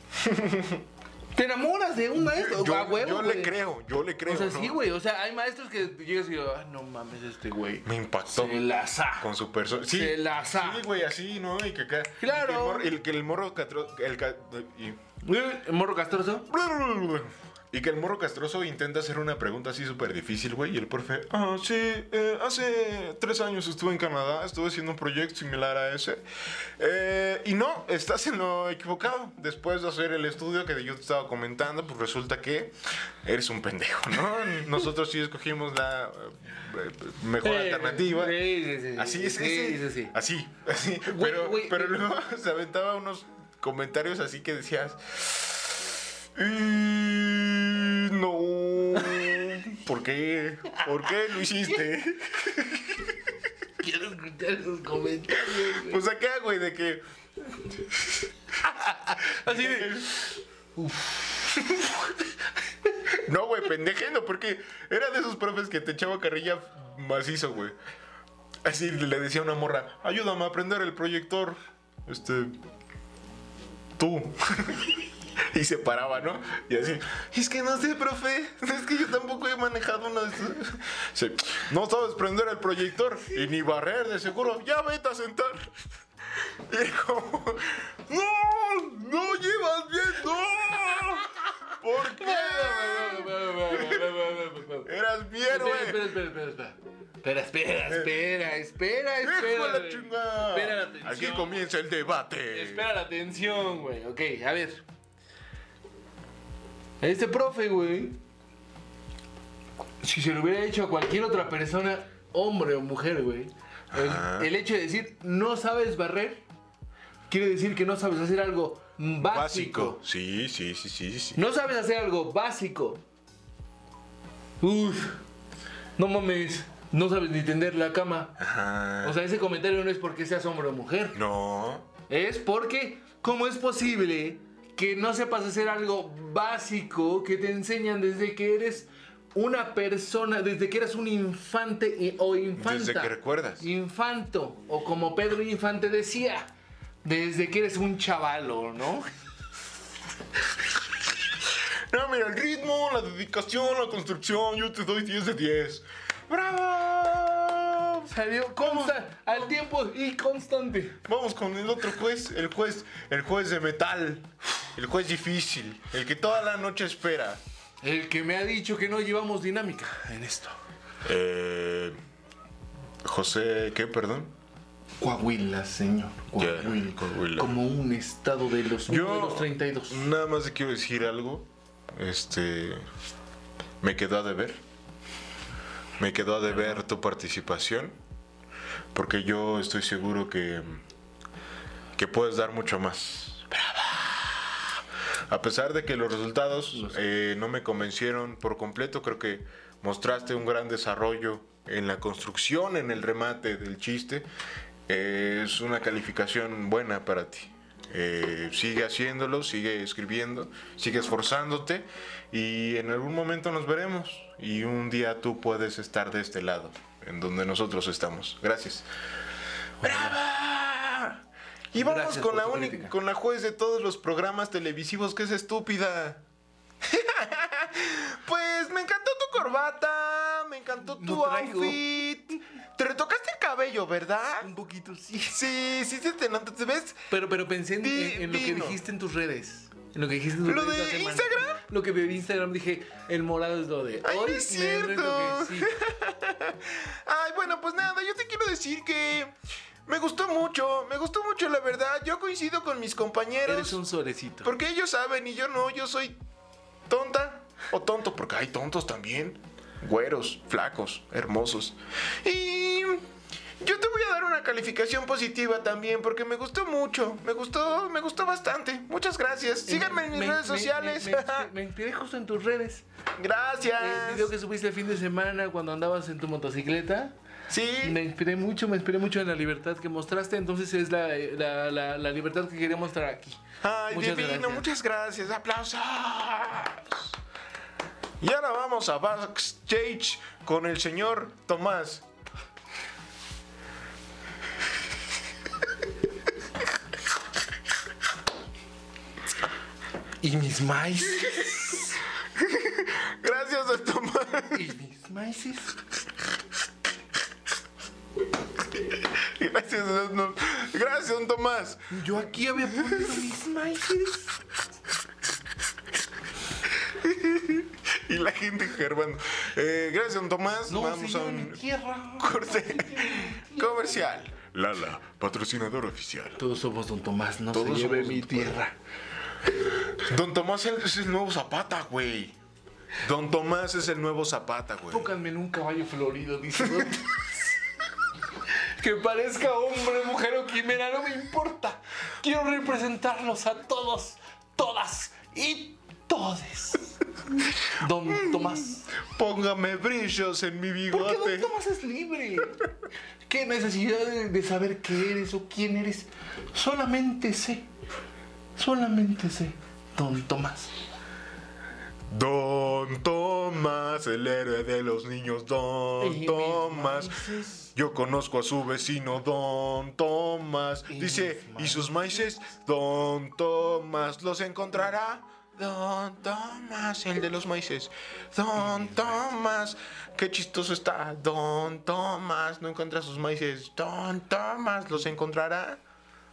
Te enamoras de un maestro, yo, a huevo, yo le güey. creo, yo le creo. O sea, ¿no? sí, güey. O sea, hay maestros que llegas y ah, no mames, este güey. Me impactó. Se la sa. Con su persona. Sí, Se la sa. Sí, güey, así, ¿no? Y que acá. Claro. y que el morro- El que el morro. catro- El, ca- y- Eh, Morro castroso. Y que el morro castroso intenta hacer una pregunta así súper difícil, güey. Y el profe, ah, sí, eh, hace tres años estuve en Canadá, estuve haciendo un proyecto similar a ese. Eh, y no, estás en lo equivocado. Después de hacer el estudio que yo te estaba comentando, pues resulta que eres un pendejo, ¿no? Nosotros sí escogimos la eh, [laughs] mejor Eh, alternativa. Sí, sí, sí. Así es, sí, así, sí, sí. así, [laughs] así. Güey, Pero, güey, eh, pero güey. luego [laughs] se aventaba unos comentarios así que decías, "Eh, no, ¿por qué? ¿Por qué lo [laughs] hiciste? Quiero escuchar esos comentarios, [laughs] güey. Pues acá, güey, de que Así de. No, güey, pendejendo, porque era de esos profes que te echaba carrilla macizo, güey. Así le decía a una morra, ayúdame a prender el proyector. Este. Tú. [laughs] y se paraba, ¿no? Y así, es que no sé, profe. Es que yo tampoco he manejado una. de esas". Sí, no sabes prender el proyector y ni barrer, de seguro. Ya vete a sentar. [laughs] Y era como, ¡No! ¡No llevas bien! ¡No! ¿Por qué? [laughs] Eras bien, Espera, güey. espera, espera, espera, espera. Espera, espera, espera, espera, ¡Hijo espera. de la güey. chingada! Espera la atención. Aquí comienza el debate. Espera la atención, güey. Ok, a ver. Este profe, güey. Si se lo hubiera hecho a cualquier otra persona, hombre o mujer, güey. El, el hecho de decir no sabes barrer quiere decir que no sabes hacer algo básico. Básico. Sí, sí, sí, sí, sí. No sabes hacer algo básico. Uf. No mames. No sabes ni tender la cama. Ajá. O sea, ese comentario no es porque seas hombre o mujer. No. Es porque, ¿cómo es posible que no sepas hacer algo básico que te enseñan desde que eres una persona, desde que eras un infante y- o infanta? Desde que recuerdas. Infanto, o como Pedro Infante decía, desde que eres un chavalo, ¿no? No, mira, el ritmo, la dedicación, la construcción, yo te doy 10 de 10. ¡Bravo! Salió consta, al tiempo y constante. Vamos con el otro juez, el juez, el juez de metal, el juez difícil, el que toda la noche espera. El que me ha dicho que no llevamos dinámica en esto. Eh, José, ¿qué? Perdón. Coahuila, señor. Ya, Coahuila. Coahuila. Como un estado de los, uno de los 32. nada más te quiero decir algo. Este, me quedó a deber. Me quedó a deber tu participación, porque yo estoy seguro que que puedes dar mucho más. A pesar de que los resultados eh, no me convencieron por completo, creo que mostraste un gran desarrollo en la construcción, en el remate del chiste. Eh, es una calificación buena para ti. Eh, sigue haciéndolo, sigue escribiendo, sigue esforzándote y en algún momento nos veremos y un día tú puedes estar de este lado, en donde nosotros estamos. Gracias. ¡Brava! ¡Ah! Y vamos Gracias con por la tu única, crítica. con la juez de todos los programas televisivos que es estúpida. [laughs] pues me encantó tu corbata, me encantó tu No traigo. outfit. Te retocaste el cabello, ¿verdad? Un poquito, sí. Sí, sí se te nota, ¿te ves? Pero, pero pensé en, Di- en- en lo que vino. dijiste en tus redes. En lo que dijiste en tus ¿Lo redes de la semana. Instagram? Lo que vi en Instagram dije, el morado es lo de. Ay, no hoy es me retoqué, cierto. sí. Ay, bueno, pues nada, yo te quiero decir que me gustó mucho, me gustó mucho la verdad. Yo coincido con mis compañeros. Eres un solecito. Porque ellos saben y yo no, yo soy tonta o tonto, porque hay tontos también. Güeros, flacos, hermosos. Y Yo te voy a dar una calificación positiva también porque me gustó mucho, me gustó, me gustó bastante. Muchas gracias. Síganme en mis Eh, Me- redes me- sociales. Me, me- me inspiré justo en tus redes. El [laughs] gracias. video que subiste el fin de semana cuando andabas en tu motocicleta. Sí. Me inspiré mucho, me inspiré mucho en la libertad que mostraste. Entonces es la, la- la- la libertad que quería mostrar aquí. Ay, Muchas divino, gracias. muchas gracias. Aplausos. Y ahora vamos a backstage con el señor Tomás. Y mis maíz. Gracias a Tomás. [laughs] Y mis maíces. [laughs] Gracias, don- gracias, don Tomás. Yo aquí había puesto mis maíces. Y la gente gerbando. Eh, gracias, don Tomás. No, vamos a señor, mi un tierra. corte comercial. Lala, patrocinador oficial. Todos somos Don Tomás, no Todos se lleve somos mi Don tierra. Don Tomás es el nuevo Zapata, güey. Don Tomás es el nuevo Zapata, güey. Pónganme en un caballo florido, dice. [laughs] Don- que parezca hombre, mujer o quimera, no me importa. Quiero representarlos a todos, todas y todes. Mm. Don Tomás. Póngame brillos en mi Porque bigote. Don Tomás es libre. ¿Qué necesidad de, de saber qué eres o quién eres? Solamente sé. Solamente sé. Don Tomás. Don Tomás, el héroe de los niños, Don Y Tomás. mis maíces. Yo conozco a su vecino, Don Tomás. Y Dice, mis ¿y sus maíces? Don Tomás los encontrará. Don Tomás, el de los maíces. Don Tomás, qué chistoso está. Don Tomás no encuentra sus maíces. Don Tomás los encontrará.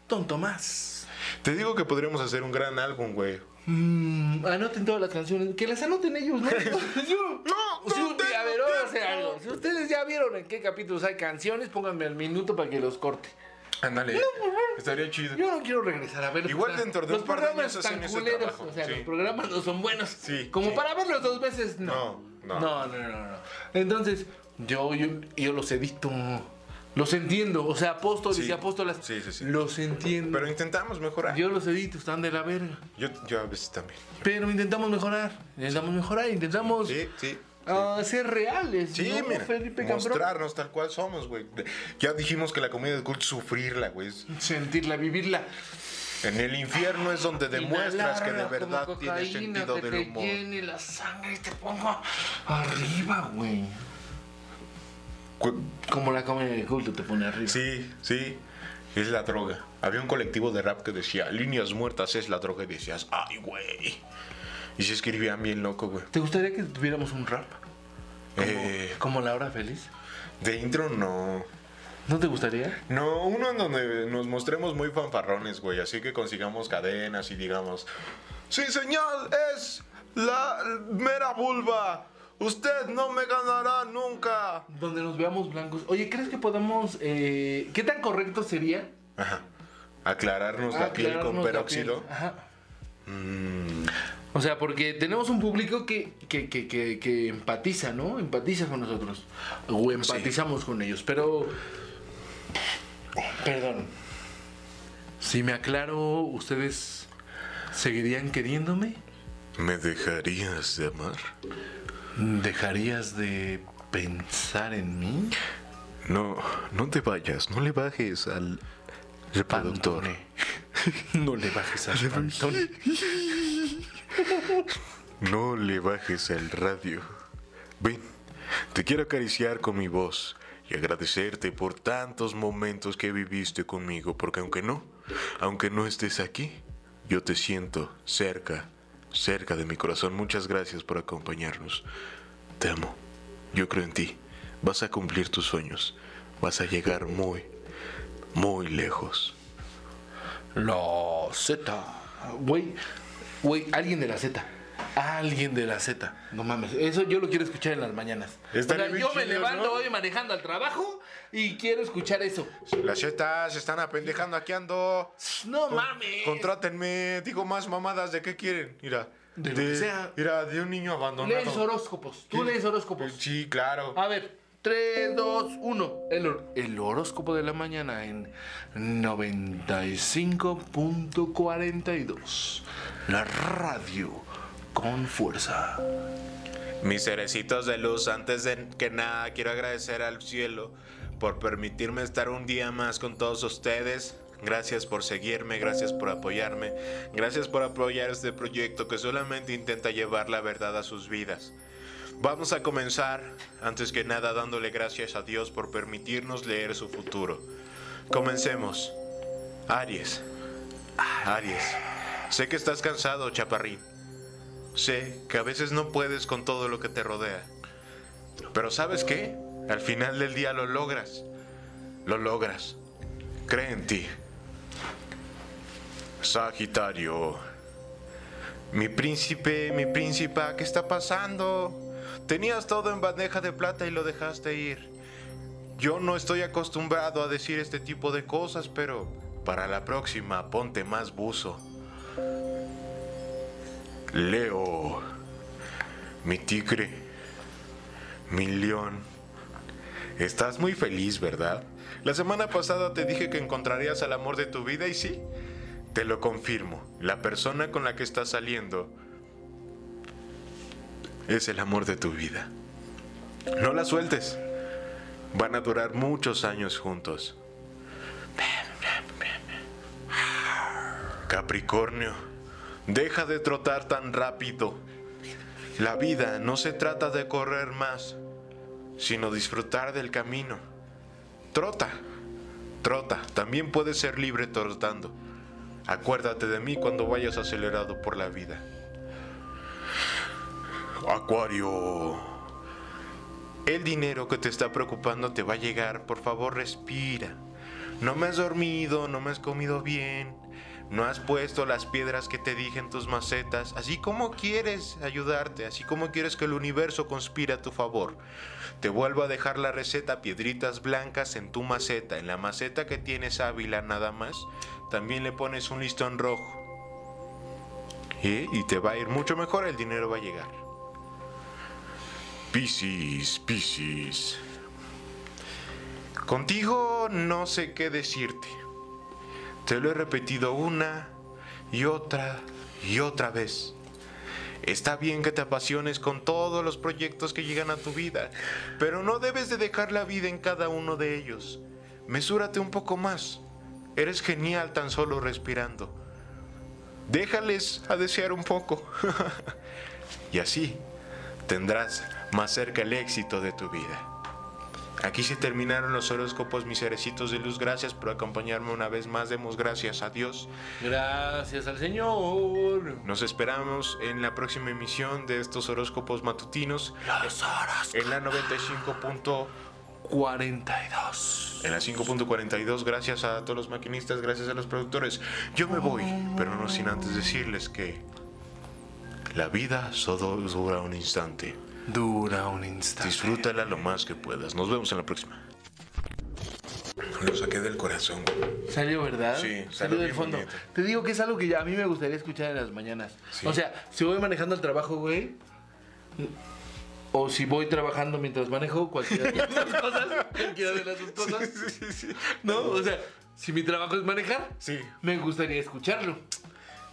Don Tomás. Te digo que podríamos hacer un gran álbum, güey. Mm, anoten todas las canciones. Que las anoten ellos, [laughs] ¿no? Yo- No, no Si usted- tengo a ver, vamos a tiempo. hacer algo. Si ustedes ya vieron en qué capítulos hay canciones, pónganme al minuto para que los corte. Ándale, estaría chido. Yo no quiero regresar a ver. Igual dentro de los un par de programas años tan hacen ese culeros, trabajo, O sea, sí. los programas no son buenos. Sí, Como sí. para verlos dos veces, no. No, no. no, no, no, no. Entonces, yo, yo, yo los edito. Los entiendo. O sea, apóstoles Sí. y apóstolas. Sí, sí, sí. Los entiendo. Pero intentamos mejorar. Yo, Yo los edito, están de la verga. yo a veces también. Pero intentamos mejorar. Intentamos mejorar. Intentamos. Sí, sí. a ser reales. Sí, Pues, ah, ¿no, mira, Felipe Cambrón? mostrarnos tal cual somos, güey. Ya dijimos que la comida de culto es sufrirla, güey. Es- Sentirla, vivirla. En el infierno es donde demuestras que de Inhalarla verdad como tienes cocaína sentido que del humor. Te llene la sangre y te pongo arriba, güey. Cu- Como la comida de culto te pone arriba. Sí, sí. Es la droga. Había un colectivo de rap que decía, líneas muertas es la droga. Y decías, ay, güey. Y se escribían bien loco, güey. ¿Te gustaría que tuviéramos un rap? Como, Eh, como la hora feliz. de intro, no. ¿No te gustaría? No, uno en donde nos mostremos muy fanfarrones, güey. Así que consigamos cadenas y digamos: ¡Sí, señal! ¡Es la mera vulva! ¡Usted no me ganará nunca! Donde nos veamos blancos. Oye, ¿crees que podamos... eh, ¿Qué tan correcto sería? Ajá. Aclararnos la piel Aclararnos con Ah, la peróxido. piel. Ajá. Mm. O sea, porque tenemos un público que, que, que, que, que empatiza, ¿no? Empatiza con nosotros. O empatizamos con ellos. Pero. Perdón. Si me aclaro, ¿ustedes seguirían queriéndome? ¿Me dejarías de amar? ¿Dejarías de pensar en mí? No, no te vayas, no le bajes al reproductor. Pantone. [laughs] No le bajes al pantone. No le bajes al radio. Ven, te quiero acariciar con mi voz y agradecerte por tantos momentos que viviste conmigo, porque aunque no, aunque no estés aquí, yo te siento cerca, cerca de mi corazón. Muchas gracias por acompañarnos. Te amo. Yo creo en ti. Vas a cumplir tus sueños. Vas a llegar muy, muy lejos. La Z. Güey, güey, alguien de la Z. Alguien de la Z. No mames. Eso yo lo quiero escuchar en las mañanas. O Estaría sea, bien yo me chido, levanto ¿no? hoy manejando al trabajo y quiero escuchar eso. Las chetas se están apendejando aquí ando. No mames. Contrátenme, digo más mamadas de qué quieren. Mira, De lo que sea. Mira, de un niño Lees abandonado. horóscopos. Tú lees horóscopos. Sí, claro. A ver, 3, 2, 1. El, hor- el horóscopo de la mañana en 95.42. La radio con fuerza. Mis cerecitos de luz, antes de que nada, quiero agradecer al cielo por permitirme estar un día más con todos ustedes. Gracias por seguirme, gracias por apoyarme, gracias por apoyar este proyecto que solamente intenta llevar la verdad a sus vidas. Vamos a comenzar, antes que nada, dándole gracias a Dios por permitirnos leer su futuro. Comencemos. Aries. Aries. Sé que estás cansado, chaparrín. Sé que a veces no puedes con todo lo que te rodea. Pero ¿sabes qué? Al final del día lo logras. Lo logras. Cree en ti. Sagitario. Mi príncipe, mi príncipa, ¿qué está pasando? Tenías todo en bandeja de plata y lo dejaste ir. Yo no estoy acostumbrado a decir este tipo de cosas, pero para la próxima ponte más buzo. Leo, mi tigre, mi león. Estás muy feliz, ¿verdad? La semana pasada te dije que encontrarías al amor de tu vida y sí, te lo confirmo. La persona con la que estás saliendo es el amor de tu vida. No la sueltes. Van a durar muchos años juntos. Capricornio, deja de trotar tan rápido. La vida no se trata de correr más, sino disfrutar del camino. Trota, trota, también puedes ser libre trotando. Acuérdate de mí cuando vayas acelerado por la vida. Acuario. El dinero que te está preocupando te va a llegar. Por favor, respira. No me has dormido, no me has comido bien. No has puesto las piedras que te dije en tus macetas. Así como quieres ayudarte, así como quieres que el universo conspire a tu favor. Te vuelvo a dejar la receta piedritas blancas en tu maceta. En la maceta que tienes Ávila nada más, también le pones un listón rojo. ¿Eh? Y te va a ir mucho mejor, el dinero va a llegar. Piscis, Piscis. Contigo no sé qué decirte. Te lo he repetido una y otra y otra vez. Está bien que te apasiones con todos los proyectos que llegan a tu vida, pero no debes de dejar la vida en cada uno de ellos. Mesúrate un poco más. Eres genial tan solo respirando. Déjales a desear un poco. [laughs] y así tendrás más cerca el éxito de tu vida. Aquí se terminaron los horóscopos, mis cerecitos de luz. Gracias por acompañarme una vez más. Demos gracias a Dios. Gracias al Señor. Nos esperamos en la próxima emisión de estos horóscopos matutinos Los horas. en la 95. punto- 42. En la 5.42, gracias a todos los maquinistas, gracias a los productores. Yo me voy, pero no sin antes decirles que la vida solo dura un instante. Dura un instante. Disfrútala lo más que puedas. Nos vemos en la próxima. Lo saqué del corazón. Salió, ¿verdad? Sí, salió salió del bien fondo. bonito. Te digo que es algo que ya a mí me gustaría escuchar en las mañanas. O sea, si voy manejando al trabajo, güey. O si voy trabajando mientras manejo, cualquiera de las dos cosas. Cualquiera de las dos cosas. No, o sea, si mi trabajo es manejar, Sí. me gustaría escucharlo.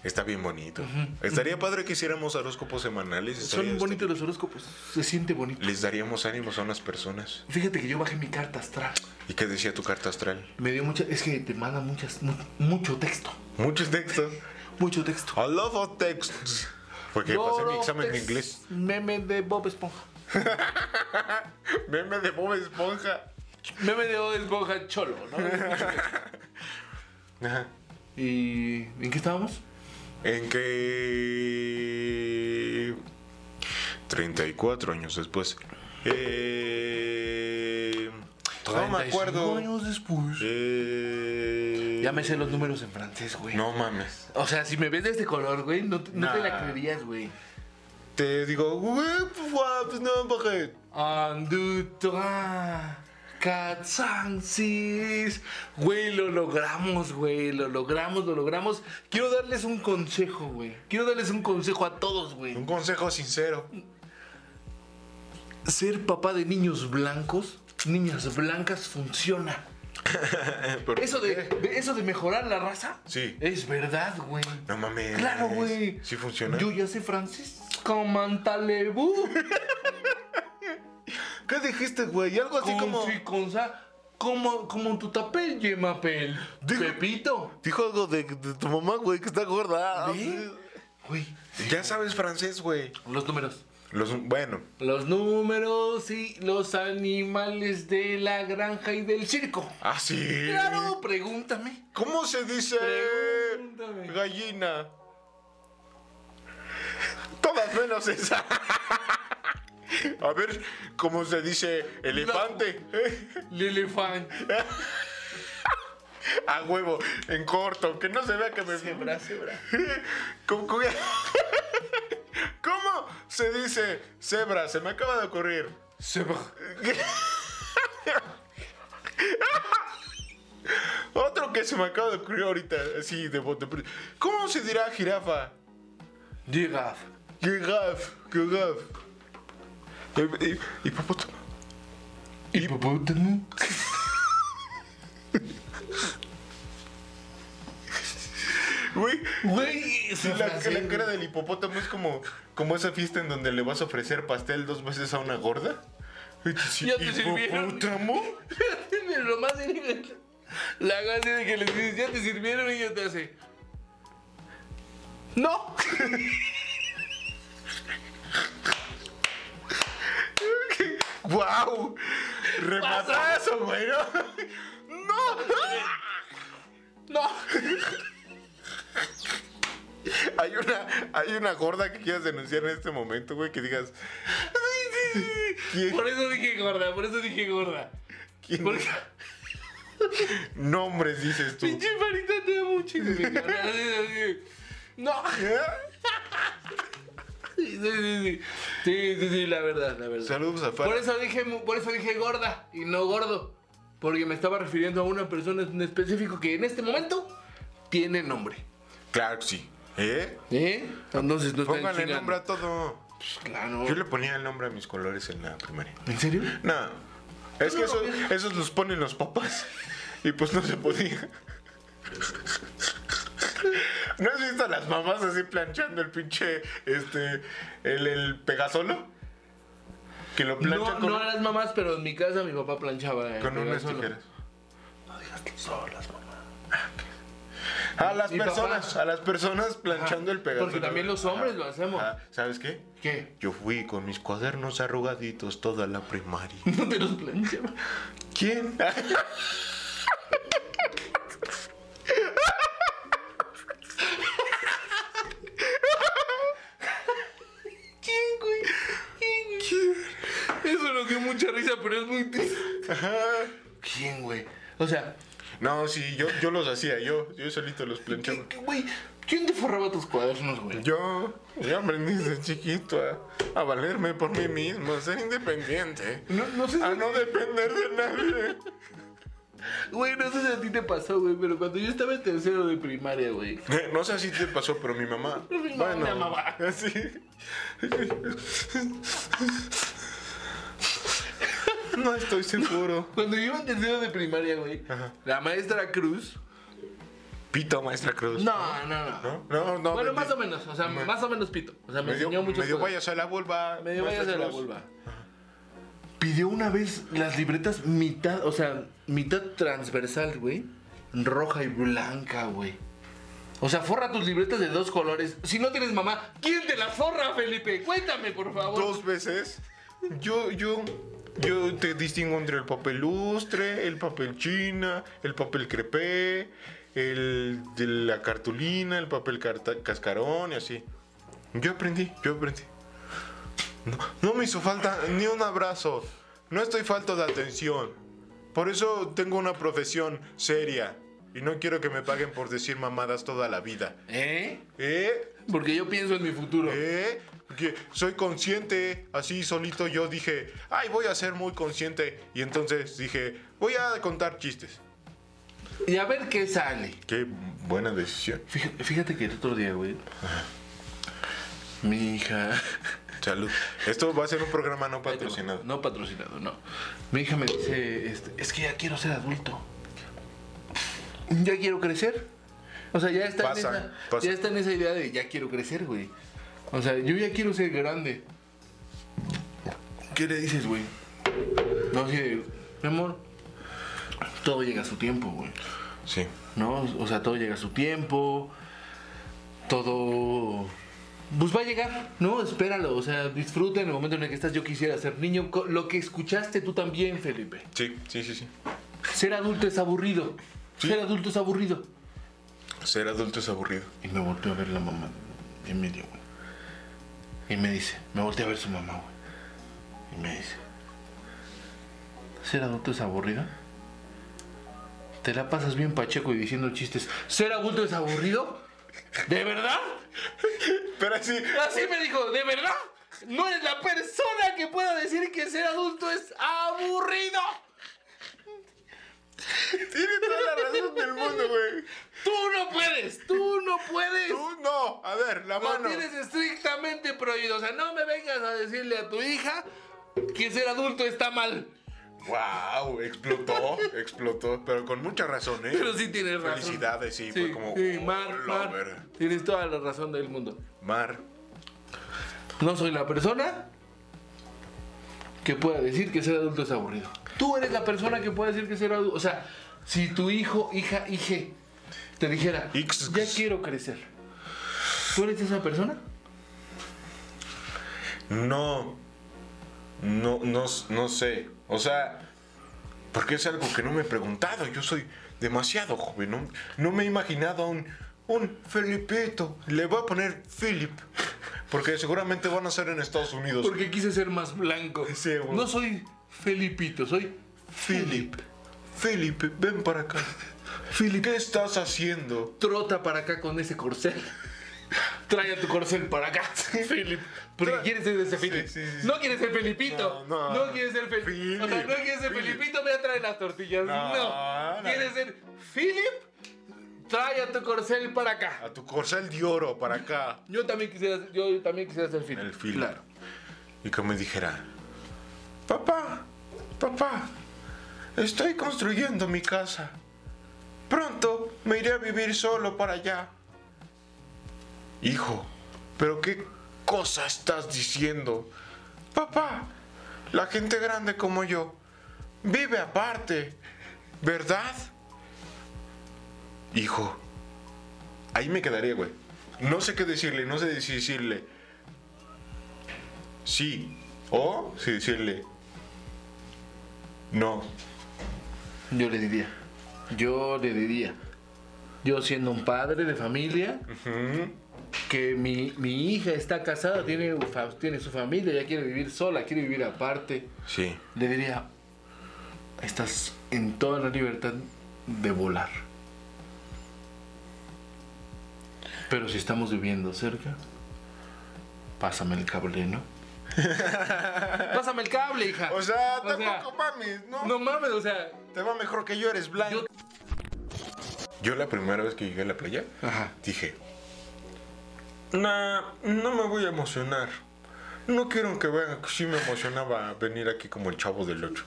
Está bien bonito. Estaría padre que hiciéramos horóscopos semanales. estaría- Son bonitos los horóscopos. Se siente bonito. este Les daríamos ánimos a unas personas. Fíjate que yo bajé mi carta astral. ¿Y qué decía tu carta astral? Me dio mucha. Es que te manda muchas, mu- mucho texto. Muchos textos. Mucho texto. A lot of texts. Porque pasé mi examen de inglés. Meme de Bob Esponja. Meme de Bob Esponja. Meme de Bob Esponja cholo, ¿no? Ajá. [laughs] ¿Y en qué estábamos? En que 34 años después. Eh, no me 35 acuerdo. años después. Eh, Ya me sé los números en francés, güey. No mames. O sea, si me ves de este color, güey, no, te- no te la Nah. creerías, güey. Te digo, "Güey, pues no, porque-". Un, deux, trois, quatre, cinq, six. Güey, lo logramos, güey. Lo logramos, lo logramos. Quiero darles un consejo, [laughs] güey. Quiero darles un consejo a todos, güey. un consejo sincero. ser papá de niños blancos, niñas blancas, funciona. Pero- Eso de, de- eso de mejorar la raza. Eh. Sí. Es verdad, güey. No mames. Claro, güey. Sí funciona. Yo ya sé francés. Comantalebú. ¿Qué dijiste, güey? Algo [laughs] así Con como. si, con sa- Como, como tu tapel, yemapel. Dijo- Pepito. Dijo algo de, de tu mamá, güey, que está gorda. ¿Ve? Güey, Ya sabes francés, güey. los números. Los, bueno, Los números y los animales de la granja y del circo. así. Claro, pregúntame. Ah, ¿Cómo se dice Pregúntame. gallina? Todas menos esa. [laughs] A ver, ¿cómo se dice elefante? Lelefant. [laughs] A huevo, en corto, que no se vea que me... ¿Cómo, [laughs] cómo- ¿Cómo se dice cebra? Se me acaba de ocurrir. Otro que se me acaba de ocurrir ahorita, así de bote. pronto. ¿Cómo se dirá jirafa? Llega. Giraf, giraf. Y- y- Hipopótamo. Hipopótamo. Güey, Güey, Pues es sí, la, francés, la [laughs] cara güey. del hipopótamo es como, como esa fiesta en donde le vas a ofrecer pastel dos veces a una gorda. Ya te sirvieron. ¿Hipopótamo? Pero lo más increíble, La gracia de que les dices, ya te sirvieron y yo te hace. ¡No! ¡Guau! ¡Rematazo, güey! [laughs] ¡No! ¡No! ¡No! Hay una, hay una gorda que quieras denunciar en este momento, güey, que digas. ¿Quién? Por eso dije gorda, por eso dije gorda. quién- Porque [laughs] Nombres dices tú. pinche farita te da mucho. ¡No! [laughs] ¿Eh? Sí, sí, sí. Sí, sí, sí, la verdad, la verdad. Saludos a Fara. Por eso dije, mu- por eso dije gorda y no gordo, porque me estaba refiriendo a una persona en específico que en este momento tiene nombre. Claro que sí. ¿Eh? ¿Eh? Entonces no está Pónganle nombre a todo. Claro. Yo le ponía el nombre a mis colores en la primaria. ¿En serio? No. Es que no lo eso- ves. esos los ponen los papás. Y pues no se podía. ¿No has visto a las mamás así planchando el pinche. Este. El, el pegasolo? Que lo planchan No, con, no a las mamás, pero en mi casa mi papá planchaba. eh, con unas solo. tijeras. No digas que son las mamás. A las Mi papá. personas, a las personas planchando el pegasolo. porque también los hombres lo hacemos. ¿Sabes qué? ¿Qué? [laughs] Yo fui con mis cuadernos arrugaditos toda la primaria. No te los planchaba. ¿Quién? ¿Quién, güey? ¿Quién, güey? Eso nos dio mucha risa, pero es muy triste. ¿Quién, güey? O sea, No, sí, yo, yo los hacía, yo, yo solito los planchaba. ¿qué- qué- güey, ¿quién te forraba tus cuadernos, güey? Yo, yo aprendí desde chiquito a, a valerme por mí mismo, a ser independiente, No, no sé si a no depender de nadie. Güey, no sé si a ti te pasó, güey, pero cuando yo estaba en tercero de primaria, güey. No sé si te pasó, pero mi mamá. [laughs] Mi mamá me amaba. Sí. No estoy seguro. Cuando yo iba en tercero de primaria, güey, la maestra Cruz. Pito, maestra Cruz. No, no, no. No, no, no, bueno, me- más o menos, o sea, más o menos pito. O sea, me, Me dio, enseñó mucho. me dio vayas a la vulva. Me dio vayas maestra de la Cruz. vulva. Pidió una vez las libretas mitad, o sea, mitad transversal, güey. Roja y blanca, güey. O sea, forra tus libretas de dos colores. Si no tienes mamá, ¿quién te las forra, Felipe? Cuéntame, por favor. dos veces. Yo, yo, yo te distingo entre el papel lustre, el papel china, el papel crepé, el de la cartulina, el papel carta- cascarón y así. Yo aprendí, yo aprendí. No, no me hizo falta ni un abrazo. No estoy falto de atención. Por eso tengo una profesión seria. Y no quiero que me paguen por decir mamadas toda la vida. ¿Eh? ¿Eh? Porque yo pienso en mi futuro. ¿Eh? Porque soy consciente, así solito yo dije, ay, voy a ser muy consciente. Y entonces dije, voy a contar chistes. Y a ver qué sale. Qué buena decisión. Fíjate, fíjate que el otro día, güey. Mi hija. Salud. Esto va a ser un programa no patrocinado. No patrocinado, no. Mi hija me dice, este, es que ya quiero ser adulto. Ya quiero crecer. O sea, ya está, Pasa, en, esa, pasa. ya está en esa idea de ya quiero crecer, güey. O sea, yo ya quiero ser grande. ¿Qué le dices, güey? No, así de, mi amor, todo llega a su tiempo, güey. Sí. ¿no? O sea, todo llega a su tiempo, todo... Pues va a llegar, ¿no? Espéralo, o sea, disfruta en el momento en el que estás. Yo quisiera ser niño. Co- Lo que escuchaste tú también, Felipe. Sí, sí, sí, sí. Ser adulto es aburrido. Ser adulto es aburrido. Ser adulto es aburrido. Y me volteó a ver la mamá de medio, güey. Y me dice, me volteó a ver su mamá, güey. Y me dice, ¿ser adulto es aburrido? ¿Te la pasas bien pacheco y diciendo chistes? ¿Ser adulto es aburrido? ¿De verdad? Pero sí. Así me dijo, ¿de verdad? No eres la persona que pueda decir que ser adulto es aburrido. Tienes toda la razón del mundo, güey. Tú no puedes, tú no puedes. Tú no. A ver, la Lo mano. tienes estrictamente prohibido. O sea, no me vengas a decirle a tu hija que ser adulto está mal. Wow, explotó, explotó. Pero con mucha razón, ¿eh? Pero sí tienes razón. Felicidades, sí. Fue como. sí, oh, Mar, la Mar, verga. Tienes toda la razón del mundo. Mar. No soy la persona que pueda decir que ser adulto es aburrido. Tú eres la persona que puede decir que ser adulto. O sea, si tu hijo, hija, hije, te dijera, Ix. ya quiero crecer. ¿Tú eres esa persona? No, no, no, no sé. O sea, porque es algo que no me he preguntado. Yo soy demasiado joven. No, no me he imaginado a un, un Felipito. Le voy a poner Philip. Porque seguramente van a ser en Estados Unidos. Porque quise ser más blanco. Pues Sí, güey. no soy Felipito, soy Philip, Philip, ven para acá. Philip, ¿qué estás haciendo? trota para acá con ese corcel. [laughs] Trae a tu corcel para acá, Philip. Porque Tra- quieres ser ese Sí, Philip. sí, sí. No quieres ser Felipito. No, No, no. quieres ser Fe- Philip, O sea, no quieres ser Philip. Felipito, ve a traer las tortillas. No, No. no. Quieres ser Philip, trae a tu corcel para acá. A tu corcel de oro para acá. Yo también quisiera, yo también quisiera ser Philip. El Philip. Claro. Y que me dijera, papá, papá, estoy construyendo mi casa. Pronto me iré a vivir solo para allá. Hijo, pero qué cosa estás diciendo. Papá, la gente grande como yo vive aparte, ¿verdad? Hijo, ahí me quedaría, güey. No sé qué decirle, no sé si decirle sí o si decirle no. Yo le diría. Yo le diría. Yo siendo un padre de familia, que mi, mi hija está casada, tiene, fa- tiene su familia, ya quiere vivir sola, quiere vivir aparte, Sí. le diría, estás en toda la libertad de volar. Pero si estamos viviendo cerca, pásame el cable, [laughs] ¿no? pásame el cable, hija. O sea, O sea, tampoco mames, ¿no? No mames, o sea, Te va mejor que yo, eres blanco. yo... Yo la primera vez que llegué a la playa, Ajá. dije, nah, no me voy a emocionar. No quiero que vean que sí me emocionaba venir aquí como el chavo del 8.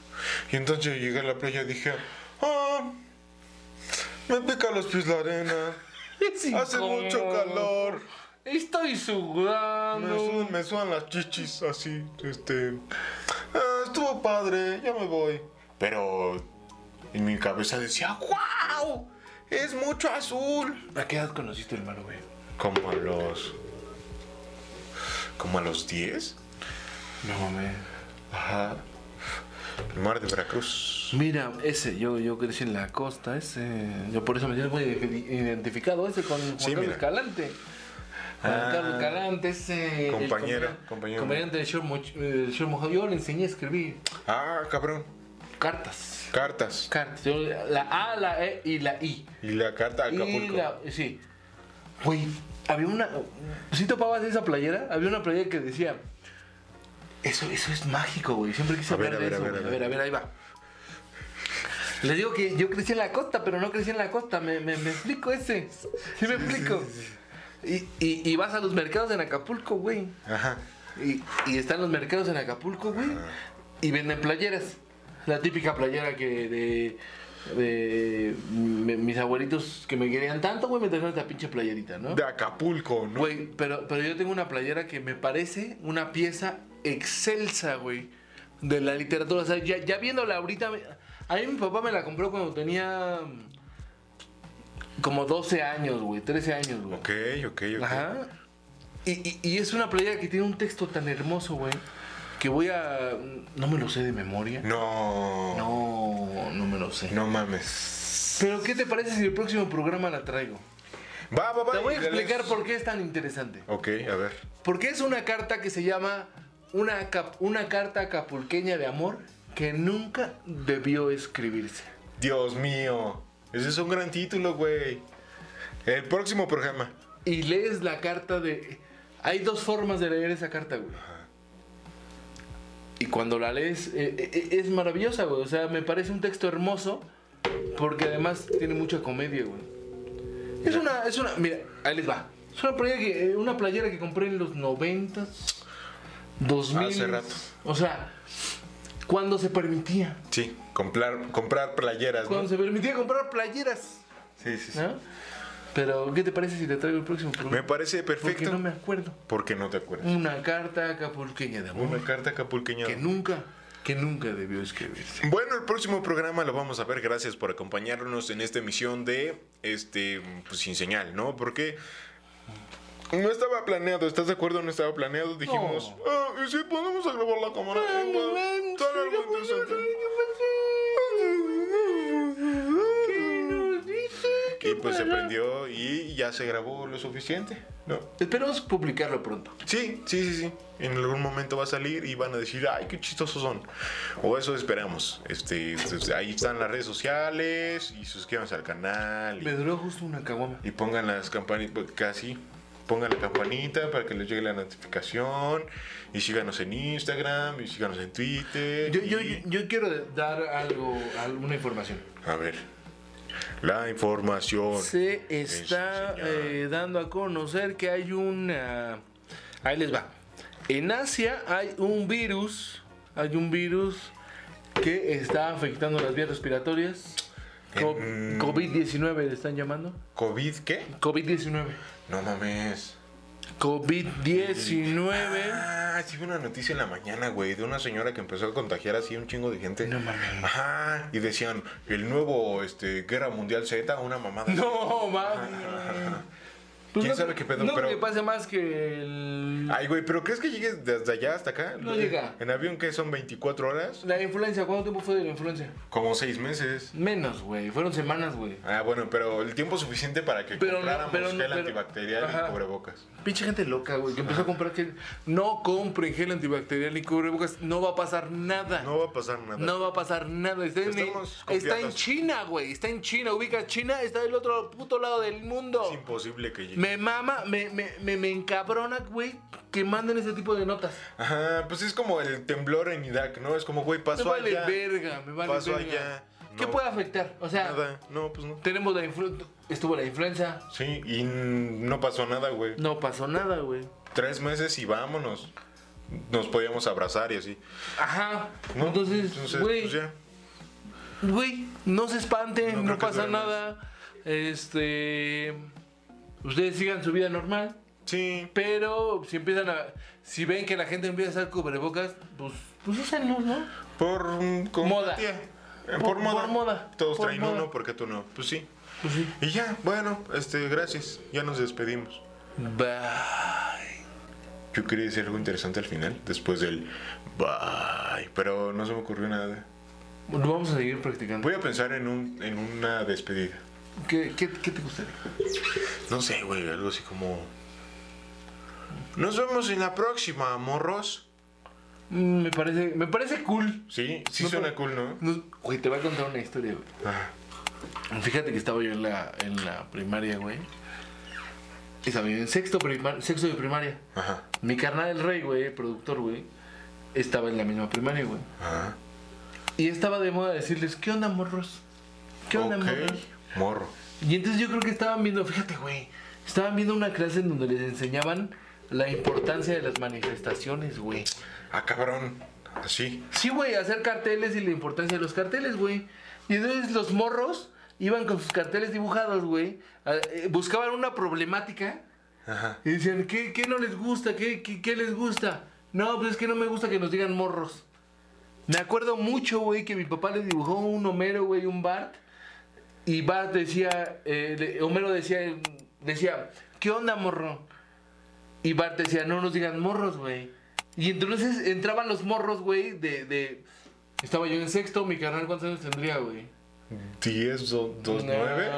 Y entonces llegué a la playa y dije, ah, me pica los pies la arena, Es hace incómodo. mucho calor. Estoy Me sudando. sudan, me sudan las chichis así, este. "Ah, estuvo padre, ya me voy. Pero en mi cabeza decía, ¡wow! Es mucho azul. ¿A qué edad conociste el malo, güey? Como a los. Como a los 10. No mames. Ajá. El mar de Veracruz. Mira, ese, yo, yo crecí en la costa, ese. Yo por eso me siento muy identifi- identificado ese con Juan Sí, Carlos mira. Calante. Juan Ah. Carlos Calante, ese. el Compañero, comedia- compañero. Comediante de Short Mo- eh, Short Mojado. Yo le enseñé a escribir Ah, cabrón. cartas. Cartas. Cartas. Yo- la A, la E y la I. Y la carta de Y Acapulco. la, sí. Güey, había una. Si topabas esa playera, había una playera que decía. Eso, eso es mágico, güey. Siempre quise A ver, hablar a ver, de a eso. ver, güey. a A ver, a ver, ahí va. Les digo que yo crecí en la costa, pero no crecí en la costa. Me, me- me explico ese. Sí, me explico. Y, y- y vas a los mercados en Acapulco, güey. Ajá. Y, y están los mercados en Acapulco, güey. Y venden playeras. La típica playera que de, de mi- mis abuelitos que me querían tanto, güey, me trajeron esta pinche playerita, ¿no? De Acapulco, ¿no? Güey, pero, pero yo tengo una playera que me parece una pieza excelsa, güey, de la literatura. O sea, ya, ya viéndola ahorita, me- a mí mi papá me la compró cuando tenía mm, como 12 años, güey, 13 años, güey. Ok, ok, ok. Ajá. Y, y- y es una playera que tiene un texto tan hermoso, güey, que voy a... No me lo sé de memoria. No. No, No, no me lo sé. mames. Pero ¿qué te parece si el próximo programa la traigo? Va, va, va. Te voy a y dale- explicar por qué es tan interesante. Ok, a ver. Porque es una carta que se llama una, acap- una carta acapulqueña de amor que nunca debió escribirse. Dios mío. Ese es un gran título, güey. El próximo programa. Y lees la carta de... Hay dos formas de leer esa carta, güey. Y cuando la lees, eh, eh, es maravillosa, güey. O sea, me parece un texto hermoso porque además tiene mucha comedia, güey. Es una, es una, mira, ahí les va. Es una playera que, eh, una playera que compré en los 90, 2000. Hace rato. O sea, cuando se permitía. Sí, comprar, comprar playeras, ¿no? Cuando se permitía comprar playeras, Sí, sí, sí. ¿no? Pero, ¿qué te parece si te traigo el próximo programa? Me parece Porque perfecto. no me acuerdo. Porque no te acuerdas. Una carta acapulqueña de amor Una carta acapulqueña. Mm. que nunca, que nunca debió escribirse. Bueno, el próximo programa lo vamos a ver. Gracias por acompañarnos en esta emisión de este pues, sin señal, ¿no? Porque No estaba planeado, ¿estás de acuerdo? No estaba planeado. Dijimos, ah, ¿y si ponemos a grabar la cámara? Venga, sale algo interesante. Y pues se prendió y ya se grabó lo suficiente. No. Esperamos publicarlo pronto. sí, sí, sí, sí. En algún momento va a salir y van a decir, ay, qué chistosos son. O eso esperamos. Este, pues, ahí están las redes sociales y suscríbanse al canal. Me Y, duró justo una caguama. y pongan las campanitas, casi. Pongan la campanita para que les llegue la notificación. Y síganos en Instagram, y síganos en Twitter. Yo, yo, y- yo quiero dar algo, alguna información. A ver. La información. Se está señal. eh, dando a conocer que hay una... Ahí les va. En Asia hay un virus, hay un virus que está afectando las vías respiratorias. Co- En- COVID-19 le están llamando. ¿COVID qué? COVID-19. No mames. COVID-19. Ah, sí, vi una noticia en la mañana, güey, de una señora que empezó a contagiar así un chingo de gente. No mames. Ajá, y decían, el nuevo, este, Guerra Mundial Z, una mamada. No, mami. Pues ¿Quién no- sabe qué pedo? No Pero- creo que pase más que el- Ay, güey, ¿pero crees que llegues desde allá hasta acá? No llega. ¿En avión qué? ¿Son 24 horas? la influencia. ¿Cuánto tiempo fue de la influencia? Como seis meses. Menos, güey. Fueron semanas, güey. Ah, bueno, pero el tiempo suficiente para que Pero no, compráramos pero no, gel pero- antibacterial Ajá. y cubrebocas. Pinche gente loca, güey. Que empezó a comprar que no compren gel antibacterial ni cubrebocas. No va a pasar nada. No va a pasar nada. No va a pasar nada. Está en, Estamos está en confiados. China, güey. Está en China. Ubica China. Está del otro puto lado del mundo. Es imposible que llegue. Me mama, me, me, me, me encabrona, güey, que manden ese tipo de notas. Ajá, pues es como el temblor en Irak, ¿no? Es como, güey, Me pasó vale allá. verga, me vale Pasó verga. allá. ¿Qué No. puede afectar? O sea, Nada. No, pues no. tenemos la influenza, estuvo la influenza, Sí, y no pasó nada, güey. no pasó nada, güey. Tres meses y vámonos. Nos podíamos abrazar y así. Ajá. ¿no? Entonces, güey, pues ya. Pues, güey, no se espanten, No no, creo que pasa dure más. nada. Este, ustedes sigan su vida normal, Sí. pero si empiezan a, si ven que la gente empieza a usar cubrebocas, pues, pues úsenlos, ¿no? Por mm, con- Moda. tía. Eh, Por, Por- moda. por moda. Todos Por traen moda. uno, ¿por qué tú no? Pues sí. Pues sí. Y ya, bueno, este, gracias. Ya nos despedimos. Bye. Yo quería decir algo interesante al final, después del bye, pero no se me ocurrió nada. Lo vamos a seguir practicando. Voy a pensar en, un, en una despedida. ¿Qué, qué, qué te gustaría? No sé, güey, algo así como... Nos vemos en la próxima, morros. Mm, Me parece, me parece cool. Sí, sí No, suena pero- cool, ¿no? No, Güey, te voy a contar una historia, güey. Ah, Fíjate que estaba yo en la, en la primaria, güey. Estaba yo en sexto, prima- sexto de primaria. ajá, Mi carnal el rey, güey, productor, güey, estaba en la misma primaria, güey. ajá. Y estaba de moda decirles, ¿qué onda, morros? ¿Qué onda, Ok, morros? morro. Y entonces yo creo que estaban viendo, fíjate, güey, estaban viendo una clase en donde les enseñaban la importancia de las manifestaciones, güey. Ah, cabrón. Así. Sí, güey, hacer carteles y la importancia de los carteles, güey. Y entonces los morros iban con sus carteles dibujados, güey. a- eh, Buscaban una problemática. Ajá. Y decían, ¿qué, qué no les gusta? ¿Qué, qué, qué les gusta? No, pues es que no me gusta que nos digan morros. Me acuerdo mucho, güey, que mi papá le dibujó un Homero, güey, un Bart. Y Bart decía, eh, le- Homero decía, decía, ¿qué onda, morro? Y Bart decía, no nos digan morros, güey. Y entonces entraban los morros, güey, de, de... Estaba yo en sexto, mi carnal, ¿cuántos años tendría, güey? 10, 2, No, 9.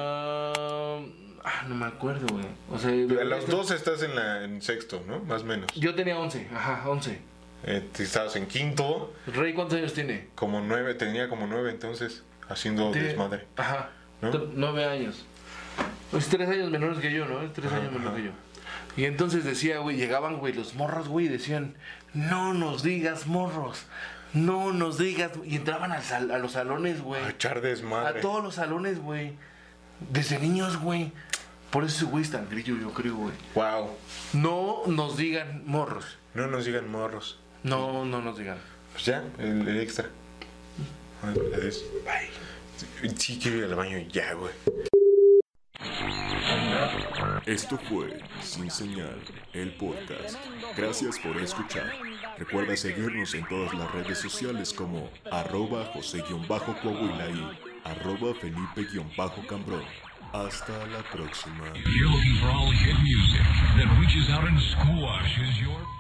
Ah, no me acuerdo, güey. O sea, A los 12 estás en, la, en sexto, ¿no? Más o menos. Yo tenía 11, ajá, 11. Eh, estabas en quinto, Rey, ¿cuántos años tiene? como 9, tenía como 9 entonces, haciendo Tiene- desmadre. Este, Ajá. ¿No? tre- Nueve años. Es Pues, tres años menores que yo, ¿no? Es tres años menor que yo. Y entonces decía, güey, llegaban, güey, los morros, güey, y decían, no nos digas morros, no nos digas. Y entraban al sal- a los salones, güey. A echar A desmadre. todos los salones, güey. Desde niños, güey. Por eso ese güey es tan grillo, yo creo, güey. Wow. No nos digan morros. No nos digan morros. No, no nos digan. Pues ya, el, el extra. Ay, Adiós. Bye. Sí, quiero ir al baño ya, güey. Esto fue Sin Señal, el podcast. Gracias por escuchar. Recuerda seguirnos en todas las redes sociales como arroba José-Coahuila y arroba Felipe-Cambrón. Hasta la próxima. If you're looking for all the hit music that reaches out and squashes your...